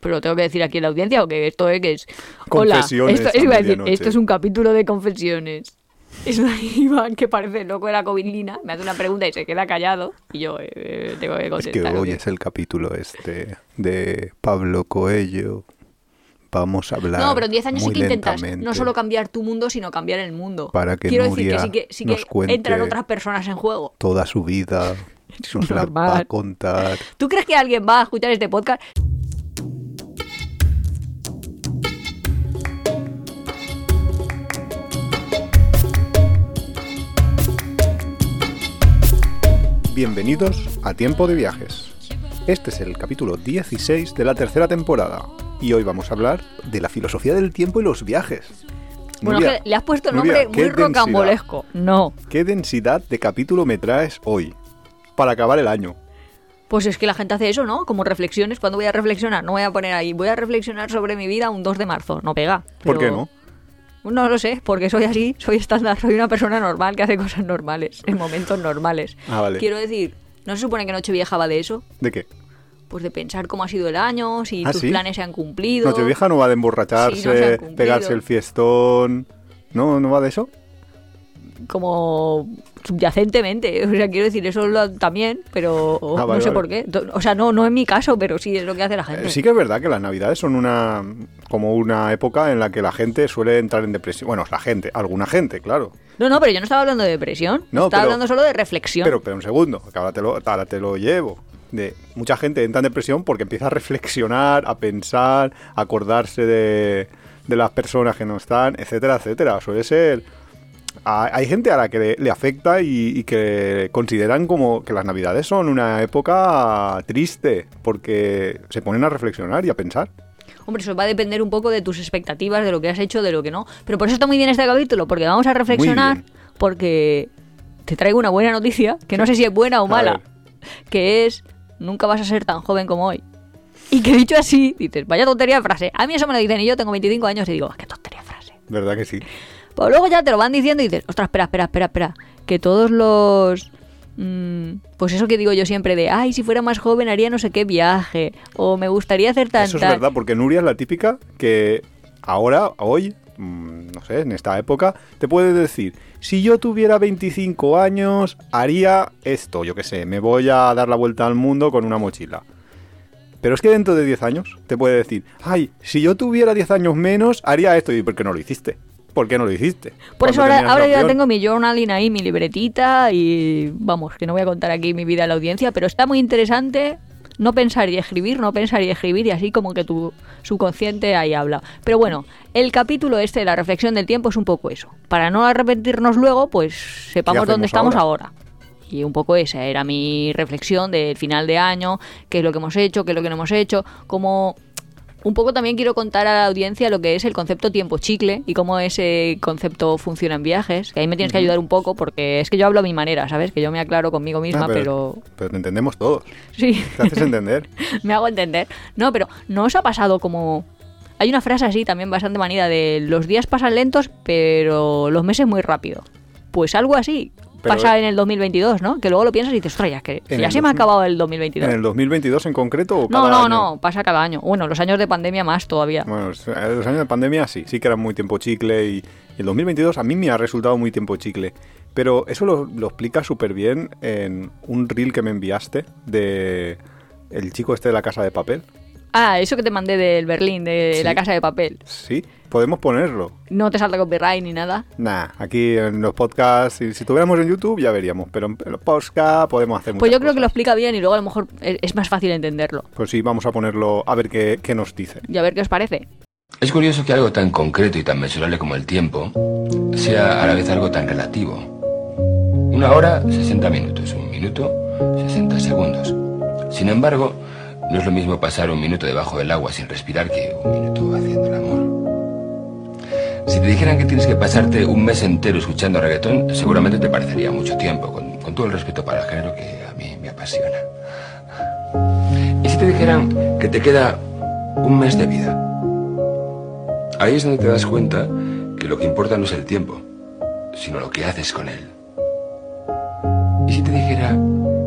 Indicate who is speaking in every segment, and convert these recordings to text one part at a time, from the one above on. Speaker 1: pero lo tengo que decir aquí en la audiencia o que esto es que es hola
Speaker 2: Confesiones
Speaker 1: esto,
Speaker 2: a
Speaker 1: iba a decir,
Speaker 2: medianoche.
Speaker 1: esto es un capítulo de confesiones es una Iván que parece loco de la covilina me hace una pregunta y se queda callado y yo eh, tengo que
Speaker 2: Es que
Speaker 1: contestar
Speaker 2: hoy
Speaker 1: obvio.
Speaker 2: es el capítulo este de Pablo Coello. Vamos a hablar.
Speaker 1: no pero en 10 años sí
Speaker 2: muy
Speaker 1: que intentas
Speaker 2: lentamente
Speaker 1: no solo cambiar tu mundo sino cambiar el mundo
Speaker 2: Para que
Speaker 1: quiero
Speaker 2: Nuria
Speaker 1: decir que sí que,
Speaker 2: nos
Speaker 1: sí que
Speaker 2: cuente-
Speaker 1: entran otras personas en juego
Speaker 2: toda su vida. Nos la va a
Speaker 1: normal.
Speaker 2: contar.
Speaker 1: ¿Tú crees que alguien va a escuchar este podcast?
Speaker 2: Bienvenidos a Tiempo de Viajes. Este es el capítulo 16 de la tercera temporada. Y hoy vamos a hablar de la filosofía del tiempo y los viajes.
Speaker 1: Bueno,
Speaker 2: Nuria,
Speaker 1: que le has puesto el
Speaker 2: Nuria,
Speaker 1: nombre
Speaker 2: ¿qué
Speaker 1: muy rocambolesco. No.
Speaker 2: densidad- ¿Qué densidad de capítulo me traes hoy? Para acabar el año.
Speaker 1: Pues es que la gente hace eso, ¿no? Como reflexiones. ¿Cuándo voy a reflexionar? No voy a poner ahí. Voy a reflexionar sobre mi vida un 2 de marzo. No pega. pero-
Speaker 2: ¿Por qué no?
Speaker 1: No lo sé, porque soy así, soy estándar, soy una persona normal que hace cosas normales, en momentos normales.
Speaker 2: Ah, vale.
Speaker 1: Quiero decir, ¿no se supone que Nochevieja va de eso?
Speaker 2: ¿De qué?
Speaker 1: Pues de pensar cómo ha sido el año, si
Speaker 2: Ah,
Speaker 1: tus
Speaker 2: ¿sí?
Speaker 1: planes se han cumplido.
Speaker 2: Nochevieja no va
Speaker 1: Sí, no
Speaker 2: de
Speaker 1: se
Speaker 2: emborracharse,
Speaker 1: han cumplido.
Speaker 2: pegarse el fiestón. ¿No? ¿No va de eso?
Speaker 1: como subyacentemente. O sea, quiero decir, eso lo- también, pero
Speaker 2: Ah, vale,
Speaker 1: no sé
Speaker 2: vale.
Speaker 1: por qué. To- O sea, no, no en mi caso, pero sí es lo que hace la gente.
Speaker 2: Eh, Sí que es verdad que las navidades son una como una época en la que la gente suele entrar en depresión. Bueno, la gente, alguna gente, claro.
Speaker 1: No, no, pero yo no estaba hablando de depresión.
Speaker 2: No,
Speaker 1: estaba
Speaker 2: pero-
Speaker 1: hablando solo de reflexión.
Speaker 2: Pero, pero un segundo, que ahora te lo, ahora te lo llevo. De, mucha gente entra en depresión porque empieza a reflexionar, a pensar, a acordarse de, de las personas que no están, etcétera, etcétera. Suele ser... a- Hay gente a la que le, le afecta y, y que consideran como que las navidades son una época triste porque se ponen a reflexionar y a pensar.
Speaker 1: Hombre, eso va a depender un poco de tus expectativas, de lo que has hecho, de lo que no. Pero por eso está muy bien este capítulo, porque vamos a reflexionar,
Speaker 2: bien.
Speaker 1: porque te traigo una buena noticia, que no sé si es buena o
Speaker 2: A
Speaker 1: mala,
Speaker 2: ver.
Speaker 1: que es, nunca vas a ser tan joven como hoy. Y que dicho así, dices, vaya tontería de frase. A mí eso me lo dicen y yo tengo 25 años y digo, "Ah, qué tontería de frase.
Speaker 2: ¿Verdad que sí?
Speaker 1: Pero luego ya te lo van diciendo y dices, ostras, espera, espera, espera, espera. Que todos los. mm, pues eso que digo yo siempre de, ay, si fuera más joven haría no sé qué viaje. O me gustaría hacer tan
Speaker 2: Eso es
Speaker 1: tal".
Speaker 2: verdad, porque Nuria es la típica que ahora, hoy, mm, no sé, en esta época, te puede decir, si yo tuviera 25 años, haría esto, yo qué sé, me voy a dar la vuelta al mundo con una mochila. Pero es que dentro de 10 años te puede decir, ay, si yo tuviera 10 años menos, haría esto. ¿Y por qué no lo hiciste? ¿Por qué no lo hiciste?
Speaker 1: Por eso
Speaker 2: Cuando
Speaker 1: ahora,
Speaker 2: tenías
Speaker 1: ahora
Speaker 2: la
Speaker 1: ya
Speaker 2: opción. Ah,
Speaker 1: tengo mi journaling ahí, mi libretita y vamos, que no voy a contar aquí mi vida a la audiencia, pero está muy interesante no pensar y escribir, no pensar y escribir y así como que tu subconsciente ahí habla. Pero bueno, el capítulo este de la reflexión del tiempo es un poco eso. Para no arrepentirnos luego, pues sepamos dónde
Speaker 2: hacemos
Speaker 1: estamos
Speaker 2: ahora?
Speaker 1: ahora. Y un poco esa era mi reflexión del final de año, qué es lo que hemos hecho, qué es lo que no hemos hecho, cómo un poco también quiero contar a la audiencia lo que es el concepto tiempo chicle y cómo ese concepto funciona en viajes. Que ahí me tienes que ayudar un poco porque es que yo hablo a mi manera, ¿sabes? Que yo me aclaro conmigo
Speaker 2: Ah,
Speaker 1: misma, pero...
Speaker 2: pero te entendemos todos.
Speaker 1: Sí,
Speaker 2: Te haces entender.
Speaker 1: me hago entender. No, pero ¿no os ha pasado como... Hay una frase así también bastante manida de los días pasan lentos, pero los meses muy rápido. Pues algo así
Speaker 2: Pero-
Speaker 1: pasa en el 2022, ¿no? Que luego lo piensas y dices, ostras, ya, es que
Speaker 2: En
Speaker 1: ya
Speaker 2: el
Speaker 1: se me ha
Speaker 2: 2000
Speaker 1: acabado el
Speaker 2: ¿En
Speaker 1: 2022.
Speaker 2: el 2022 en concreto o
Speaker 1: No,
Speaker 2: cada
Speaker 1: no,
Speaker 2: año?
Speaker 1: no, pasa cada año. Bueno, los años de pandemia más todavía.
Speaker 2: Bueno, los los años de pandemia sí, sí que eran muy tiempo chicle y, y el 2022 a mí me ha resultado muy tiempo chicle. Pero eso lo, lo explica súper bien en un reel que me enviaste de el chico este de la casa de papel.
Speaker 1: Ah, eso que te mandé del Berlín, de
Speaker 2: Sí.
Speaker 1: la casa de papel.
Speaker 2: Sí, podemos ponerlo.
Speaker 1: No te salta copyright ni nada.
Speaker 2: Nah, aquí en los podcasts, si, si tuviéramos en YouTube ya veríamos, pero en, en los podcasts podemos hacer
Speaker 1: Pues
Speaker 2: muchas
Speaker 1: yo creo que lo
Speaker 2: cosas.
Speaker 1: explica bien y luego a lo mejor es es más fácil entenderlo.
Speaker 2: Pues sí, vamos a ponerlo a ver qué, qué nos dice.
Speaker 1: Y a ver qué os parece.
Speaker 3: Es curioso que algo tan concreto y tan mesurable como el tiempo sea a la vez algo tan relativo. Una hora, 60 minutos, un minuto, 60 segundos. Sin embargo, no es lo mismo pasar un minuto debajo del agua sin respirar que un minuto haciendo el amor. Si te dijeran que tienes que pasarte un mes entero escuchando reggaetón, seguramente te parecería mucho tiempo, con, con todo el respeto para el género que a mí me apasiona. Y si te dijeran que te queda un mes de vida, Ahí es donde te das cuenta que lo que importa no es el tiempo, sino lo que haces con él. ¿Y si te dijera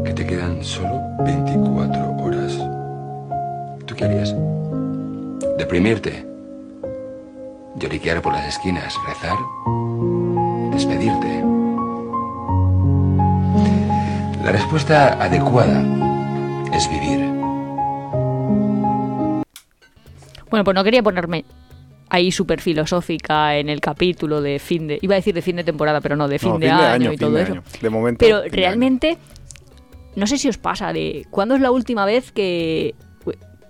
Speaker 3: que te quedan solo 24 horas? ¿Tú qué harías? deprimirte, lloriquear por las esquinas, rezar, despedirte. La respuesta adecuada es vivir.
Speaker 1: Bueno, pues no quería ponerme ahí súper filosófica en el capítulo de fin de. Iba a decir de fin de temporada, pero no, de fin,
Speaker 2: No,
Speaker 1: de, año, y
Speaker 2: fin
Speaker 1: todo
Speaker 2: de
Speaker 1: eso.
Speaker 2: año. De momento.
Speaker 1: Pero
Speaker 2: fin de
Speaker 1: realmente, no sé si os pasa de cuándo es la última vez que.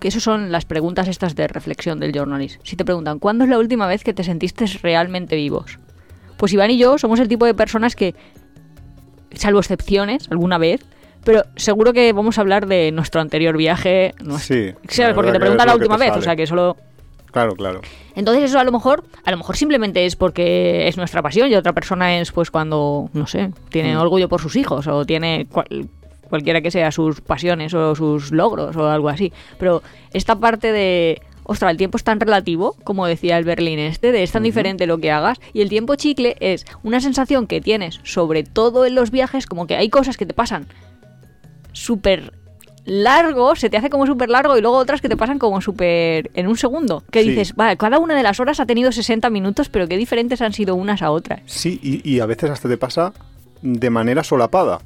Speaker 1: Que eso son las preguntas estas de reflexión del journalist. Si te preguntan, ¿cuándo es la última vez que te sentiste realmente vivos? Pues Iván y yo somos el tipo de personas que, salvo excepciones, alguna vez, pero seguro que vamos a hablar de nuestro anterior viaje. nuestro-
Speaker 2: Sí,
Speaker 1: ¿sabes?
Speaker 2: la
Speaker 1: Porque te
Speaker 2: verdad que
Speaker 1: preguntan
Speaker 2: es
Speaker 1: la
Speaker 2: lo que
Speaker 1: última
Speaker 2: te
Speaker 1: vez, o
Speaker 2: sale.
Speaker 1: sea que solo
Speaker 2: año. Claro, claro.
Speaker 1: entonces eso a lo mejor, a lo mejor simplemente es porque es nuestra pasión y otra persona es pues cuando, no sé, tiene
Speaker 2: Mm.
Speaker 1: orgullo por sus hijos o tiene cual- cualquiera que sea sus pasiones o sus logros o algo así. Pero esta parte de, ostras, el tiempo es tan relativo, como decía el Berlín este, de es tan diferente lo que hagas y el tiempo chicle es una sensación que tienes sobre todo en los viajes como que hay cosas que te pasan súper largo, se te hace como súper largo y luego otras que te pasan como súper en un segundo. Que
Speaker 2: Sí.
Speaker 1: dices, vale, cada una de las horas ha tenido 60 minutos, pero qué diferentes han sido unas a otras.
Speaker 2: Sí, y, y a veces hasta te pasa de manera solapada.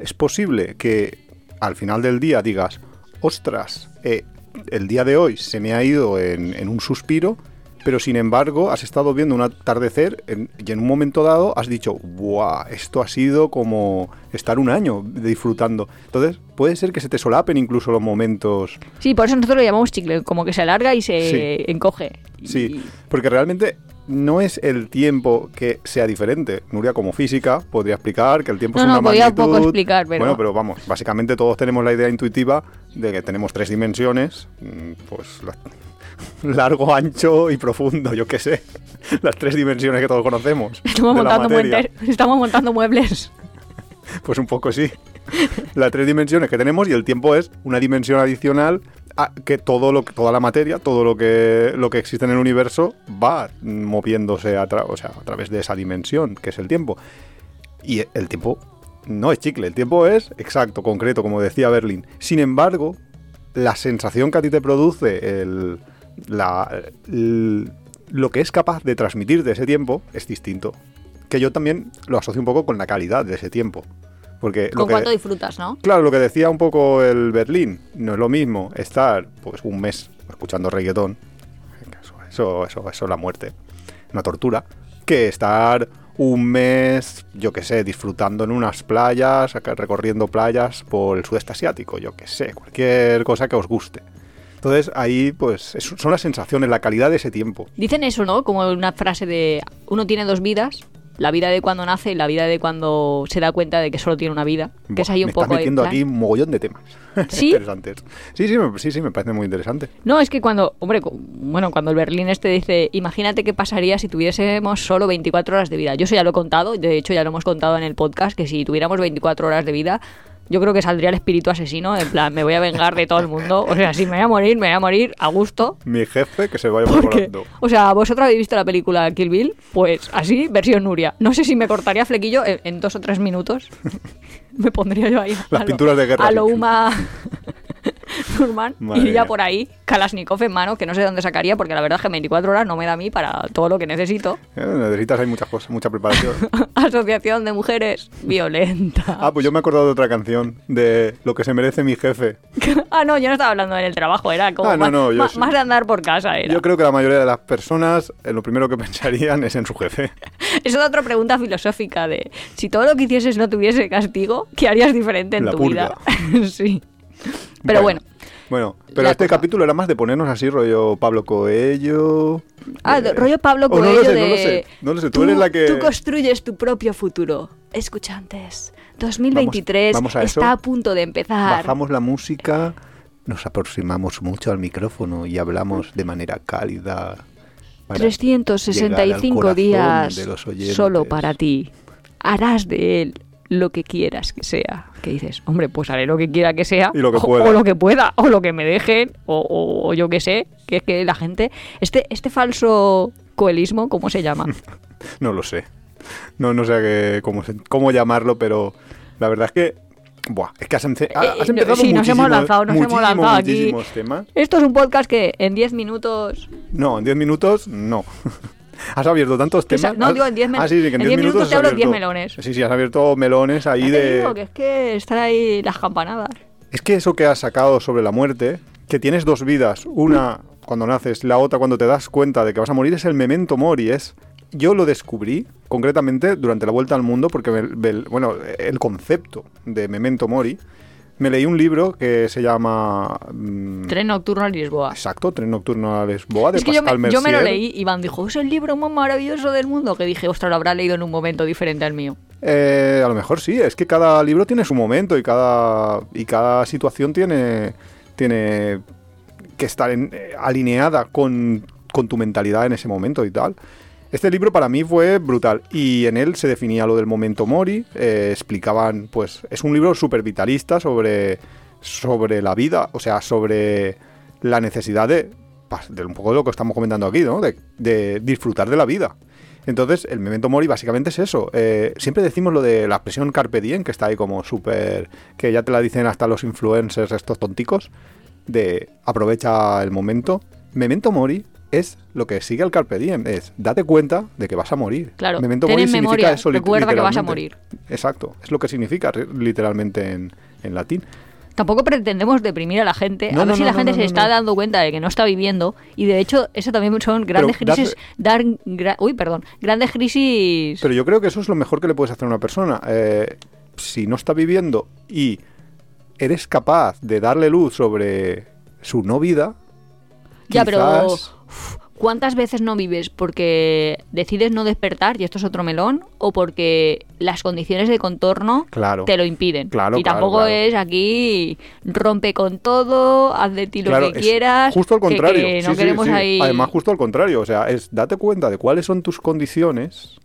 Speaker 2: Es posible que al final del día digas, ostras, eh, el día de hoy se me ha ido en, en un suspiro, pero sin embargo has estado viendo un atardecer en- y en un momento dado has dicho, ¡buah! Esto ha sido como estar un año disfrutando. Entonces puede ser que se te solapen incluso los momentos
Speaker 1: Sí, por eso nosotros lo llamamos chicle, como que se alarga y se
Speaker 2: Sí.
Speaker 1: encoge. Y-
Speaker 2: Sí, porque realmente no es el tiempo que sea diferente. Nuria, como física, podría explicar que el tiempo
Speaker 1: No,
Speaker 2: es
Speaker 1: no,
Speaker 2: una
Speaker 1: podía
Speaker 2: magnitud.
Speaker 1: poco explicar, pero-
Speaker 2: Bueno, pero vamos, básicamente todos tenemos la idea intuitiva de que tenemos tres dimensiones, mm, pues la- largo, ancho y profundo, yo qué sé. Las tres dimensiones que todos conocemos.
Speaker 1: Estamos
Speaker 2: de la
Speaker 1: montando,
Speaker 2: materia.
Speaker 1: puentes, estamos montando muebles.
Speaker 2: Pues un poco sí. Las tres dimensiones que tenemos y el tiempo es una dimensión adicional a que todo lo que- toda la materia, todo lo que lo que existe en el universo va moviéndose a, tra- o sea, a través de esa dimensión que es el tiempo. Y e- el tiempo no es chicle, el tiempo es exacto, concreto, como decía Berlín. Sin embargo, la sensación que a ti te produce el, la- el- lo que es capaz de transmitirte ese tiempo es distinto. Que yo también lo asocio un poco con la calidad de ese tiempo. Porque lo
Speaker 1: Con
Speaker 2: que-
Speaker 1: cuánto disfrutas, ¿no?
Speaker 2: Claro, lo que decía un poco el Berlín, no es lo mismo estar pues un mes escuchando reggaetón, que eso, eso, eso, eso es la muerte, una tortura, que estar un mes, yo qué sé, disfrutando en unas playas, acá recorriendo playas por el sudeste asiático, yo qué sé, cualquier cosa que os guste. Entonces ahí pues es- son las sensaciones, la calidad de ese tiempo.
Speaker 1: Dicen eso, ¿no? Como una frase de uno tiene dos vidas, la vida de cuando nace y la vida de cuando se da cuenta de que solo tiene una vida. Que es
Speaker 2: Buah,
Speaker 1: ahí un
Speaker 2: me
Speaker 1: poco
Speaker 2: estás
Speaker 1: el
Speaker 2: metiendo
Speaker 1: plan.
Speaker 2: aquí un mogollón de temas
Speaker 1: ¿Sí?
Speaker 2: interesantes. Sí, sí, me- sí, sí, me parece muy interesante.
Speaker 1: No, es que cuando, hombre, cu- bueno, cuando el Berlín este dice, imagínate qué pasaría si tuviésemos solo 24 horas de vida. Yo eso ya lo he contado, de hecho ya lo hemos contado en el podcast, que si tuviéramos 24 horas de vida, yo creo que saldría el espíritu asesino, en plan, me voy a vengar de todo el mundo. O sea, si me voy a morir, me voy a morir a gusto.
Speaker 2: Mi jefe que se vaya
Speaker 1: Porque,
Speaker 2: volando.
Speaker 1: o sea, vosotros habéis visto la película Kill Bill, pues así, versión Nuria. No sé si me cortaría flequillo en, en dos o tres minutos. me pondría yo ahí.
Speaker 2: Las
Speaker 1: a lo-
Speaker 2: pinturas de guerra,
Speaker 1: A lo
Speaker 2: sí.
Speaker 1: Uma Thurman.
Speaker 2: Madre
Speaker 1: Iría
Speaker 2: mía.
Speaker 1: por ahí, Kalashnikov en mano, que no sé de dónde sacaría, porque la verdad es que en 24 horas no me da a mí para todo lo que necesito.
Speaker 2: Eh, Necesitas hay muchas cosas, mucha preparación.
Speaker 1: Asociación de Mujeres Violenta.
Speaker 2: Ah, pues yo me he acordado de otra canción, de Lo que se merece mi jefe.
Speaker 1: Ah, no, yo no estaba hablando en el trabajo, era como
Speaker 2: Ah, no,
Speaker 1: más,
Speaker 2: no, yo
Speaker 1: más-
Speaker 2: sí.
Speaker 1: más de andar por casa. Era.
Speaker 2: Yo creo que la mayoría de las personas eh, lo primero que pensarían es en su jefe.
Speaker 1: Esa es otra pregunta filosófica de si todo lo que hicieses no tuviese castigo, ¿qué harías diferente en
Speaker 2: La
Speaker 1: tu
Speaker 2: purga.
Speaker 1: vida? sí. Pero bueno.
Speaker 2: Bueno, pero
Speaker 1: La
Speaker 2: este
Speaker 1: cosa.
Speaker 2: capítulo era más de ponernos así, rollo Pablo Coelho.
Speaker 1: Ah,
Speaker 2: eh,
Speaker 1: rollo Pablo
Speaker 2: o no
Speaker 1: Coelho
Speaker 2: lo sé,
Speaker 1: de...
Speaker 2: No lo sé, no lo sé, tú, eres la que.
Speaker 1: tú construyes tu propio futuro. Escuchantes, 2023
Speaker 2: Vamos- vamos a eso.
Speaker 1: está a punto de empezar.
Speaker 2: Bajamos la música, nos aproximamos mucho al micrófono y hablamos de manera cálida. para llegar
Speaker 1: 365
Speaker 2: al
Speaker 1: días
Speaker 2: corazón de los oyentes.
Speaker 1: solo para ti. Harás de él lo que quieras que sea. Que dices, hombre, pues haré lo que quiera que sea.
Speaker 2: Y lo que
Speaker 1: o,
Speaker 2: pueda.
Speaker 1: o lo que pueda, o lo que me dejen, o, o- o yo qué sé. Que es que la gente. Este, este falso coelismo, ¿cómo se llama? Eh,
Speaker 2: No lo sé. No, no sé a qué- cómo, se- cómo llamarlo, pero la verdad es que Buah, es que has, ence-
Speaker 1: Eh,
Speaker 2: has empezado
Speaker 1: sí, nos hemos
Speaker 2: muchísimos-
Speaker 1: lanzado, nos hemos
Speaker 2: muchísimos,
Speaker 1: lanzado aquí.
Speaker 2: muchísimos temas.
Speaker 1: Esto es un podcast que en 10 minutos.
Speaker 2: No, en 10 minutos no. Has abierto tantos
Speaker 1: Que sa-
Speaker 2: temas.
Speaker 1: no,
Speaker 2: has-
Speaker 1: digo, en 10 mel-
Speaker 2: Ah, sí, sí, que
Speaker 1: en
Speaker 2: en 10
Speaker 1: 10
Speaker 2: minutos,
Speaker 1: minutos te
Speaker 2: has
Speaker 1: abro 10
Speaker 2: abierto-
Speaker 1: melones.
Speaker 2: Sí, sí, has abierto melones ahí
Speaker 1: Ya te
Speaker 2: de.
Speaker 1: digo que es que están ahí las campanadas.
Speaker 2: Es que eso que has sacado sobre la muerte, que tienes dos vidas, una cuando naces, la otra cuando te das cuenta de que vas a morir, es el memento mori, es... Yo lo descubrí concretamente durante la vuelta al mundo, porque, me- me- bueno, el concepto de memento mori, me leí un libro que se llama... mm,
Speaker 1: Tren nocturno en Lisboa.
Speaker 2: Exacto, Tren Nocturno a Lisboa, de
Speaker 1: Es que yo
Speaker 2: Pascal
Speaker 1: me, yo me lo
Speaker 2: Mercier.
Speaker 1: leí y Iván dijo, es el libro más maravilloso del mundo. Que dije, ostras, lo habrá leído en un momento diferente al mío.
Speaker 2: Eh, a lo mejor sí, es que cada libro tiene su momento y cada, y cada situación tiene, tiene que estar en- eh, alineada con, con tu mentalidad en ese momento y tal. Este libro para mí fue brutal y en él se definía lo del momento mori, eh, explicaban, pues es un libro súper vitalista sobre, sobre la vida, o sea, sobre la necesidad de, pas- de un poco de lo que estamos comentando aquí, ¿no? De, de disfrutar de la vida. Entonces, el memento mori básicamente es eso. Eh, siempre decimos lo de la expresión carpe diem, que está ahí como súper... que ya te la dicen hasta los influencers estos tonticos, de aprovecha el momento. Memento mori es lo que sigue al carpe diem, es date cuenta de que vas a morir.
Speaker 1: Claro,
Speaker 2: memento
Speaker 1: ten
Speaker 2: mori
Speaker 1: en
Speaker 2: significa
Speaker 1: memoria,
Speaker 2: eso, lit-
Speaker 1: recuerda que vas a
Speaker 2: literalmente. Exacto, es lo que significa ri- literalmente en, en latín.
Speaker 1: Tampoco pretendemos deprimir a la gente.
Speaker 2: No,
Speaker 1: a ver
Speaker 2: no,
Speaker 1: si
Speaker 2: no,
Speaker 1: la
Speaker 2: no,
Speaker 1: gente
Speaker 2: no,
Speaker 1: se
Speaker 2: no,
Speaker 1: está
Speaker 2: no.
Speaker 1: dando cuenta de que no está viviendo. Y de hecho, eso también son grandes
Speaker 2: Pero
Speaker 1: crisis. Dar, gra- uy, perdón. Grandes crisis.
Speaker 2: Pero yo creo que eso es lo mejor que le puedes hacer a una persona. Eh, si no está viviendo y eres capaz de darle luz sobre su no vida,
Speaker 1: ya, pero.
Speaker 2: quizás-
Speaker 1: uf, ¿Cuántas veces no vives porque decides no despertar, y esto es otro melón, o porque las condiciones de contorno
Speaker 2: Claro.
Speaker 1: te lo impiden?
Speaker 2: Claro,
Speaker 1: y
Speaker 2: claro,
Speaker 1: tampoco
Speaker 2: claro.
Speaker 1: es aquí rompe con todo, haz de ti lo
Speaker 2: Claro,
Speaker 1: que
Speaker 2: es
Speaker 1: quieras.
Speaker 2: Justo al
Speaker 1: que- que
Speaker 2: contrario.
Speaker 1: no
Speaker 2: Sí, sí,
Speaker 1: queremos
Speaker 2: sí.
Speaker 1: ahí.
Speaker 2: Además, justo al contrario. O sea, es date cuenta de cuáles son tus condiciones,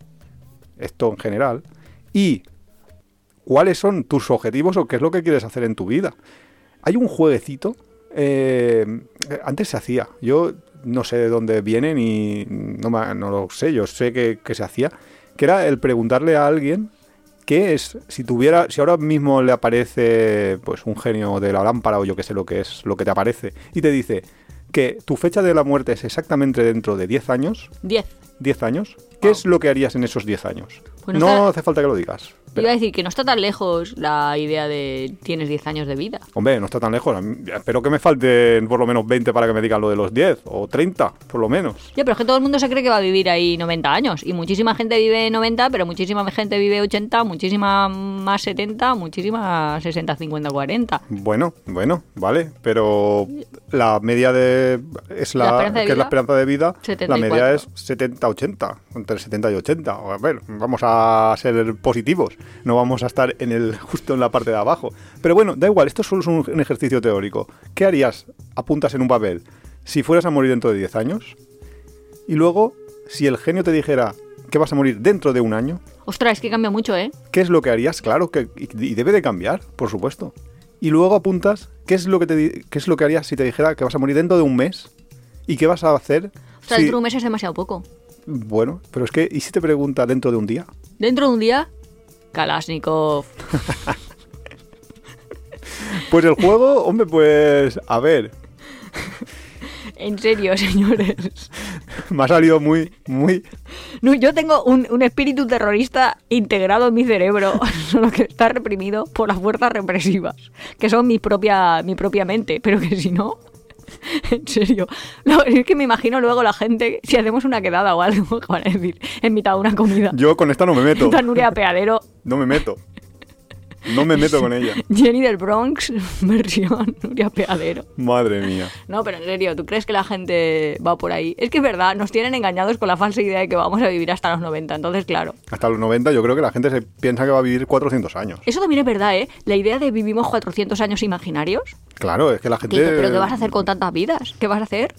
Speaker 2: esto en general, y cuáles son tus objetivos o qué es lo que quieres hacer en tu vida. Hay un jueguecito, eh, antes se hacía, yo no sé de dónde viene ni no, ma- no lo sé, yo sé que, que se hacía, que era el preguntarle a alguien qué es, si tuviera, si ahora mismo le aparece pues un genio de la lámpara o yo que sé lo que es, lo que te aparece, y te dice que tu fecha de la muerte es exactamente dentro de 10 años,
Speaker 1: Diez.
Speaker 2: 10 años, ¿qué
Speaker 1: Wow.
Speaker 2: es lo que harías en esos 10 años?
Speaker 1: Pues no
Speaker 2: no
Speaker 1: está-
Speaker 2: hace falta que lo digas. pero-
Speaker 1: Iba a decir que no está tan lejos la idea de tienes 10 años de vida.
Speaker 2: Hombre, no está tan lejos. A mí- Espero que me falten por lo menos 20 para que me digan lo de los 10 o 30, por lo menos.
Speaker 1: Ya, pero es que todo el mundo se cree que va a vivir ahí 90 años. Y muchísima gente vive 90, pero muchísima gente vive 80, muchísima más 70, muchísima 60, 50, 40.
Speaker 2: Bueno, bueno, vale, pero la media de es
Speaker 1: ¿La
Speaker 2: la,
Speaker 1: esperanza de
Speaker 2: que es
Speaker 1: vida?
Speaker 2: la esperanza de vida, la
Speaker 1: 74.
Speaker 2: media es 70 80, entre 70 y 80. A ver, vamos a ser positivos, no vamos a estar en el justo en la parte de abajo. Pero bueno, da igual, esto solo es un, un ejercicio teórico. ¿Qué harías? Apuntas en un papel si fueras a morir dentro de 10 años y luego si el genio te dijera que vas a morir dentro de un año,
Speaker 1: Ostras, es que cambia mucho, ¿eh?
Speaker 2: ¿Qué es lo que harías? Claro, que, y y debe de cambiar, por supuesto. Y luego apuntas qué es lo que te di- qué es lo que harías si te dijera que vas a morir dentro de un mes y qué vas a hacer.
Speaker 1: Ostras,
Speaker 2: si-
Speaker 1: dentro de un mes es demasiado poco.
Speaker 2: Bueno, pero es que, ¿y si te pregunta dentro de un día?
Speaker 1: Dentro de un día, Kalashnikov.
Speaker 2: Pues el juego, hombre, pues a ver,
Speaker 1: En serio, señores.
Speaker 2: me ha salido muy, muy...
Speaker 1: No, yo tengo un, un espíritu terrorista integrado en mi cerebro, solo que está reprimido por las fuerzas represivas, que son mi propia, mi propia mente, pero que si no, en serio. No, es que me imagino luego la gente, si hacemos una quedada o algo, que van a decir, en mitad de una comida,
Speaker 2: Yo con esta no me meto,
Speaker 1: está Nuria Peadero,
Speaker 2: no me meto. No me meto con ella.
Speaker 1: Jenny del Bronx, versión Nuria Peadero.
Speaker 2: Madre mía.
Speaker 1: No, pero en serio, ¿tú crees que la gente va por ahí? Es que es verdad, nos tienen engañados con la falsa idea de que vamos a vivir hasta los 90, entonces claro.
Speaker 2: Hasta los 90 yo creo que la gente se piensa que va a vivir 400 años.
Speaker 1: Eso también es verdad, ¿eh? La idea de vivimos 400 años imaginarios.
Speaker 2: Claro, es que la
Speaker 1: Que
Speaker 2: gente...
Speaker 1: dices, ¿Pero qué vas a hacer con tantas vidas? ¿Qué vas a hacer?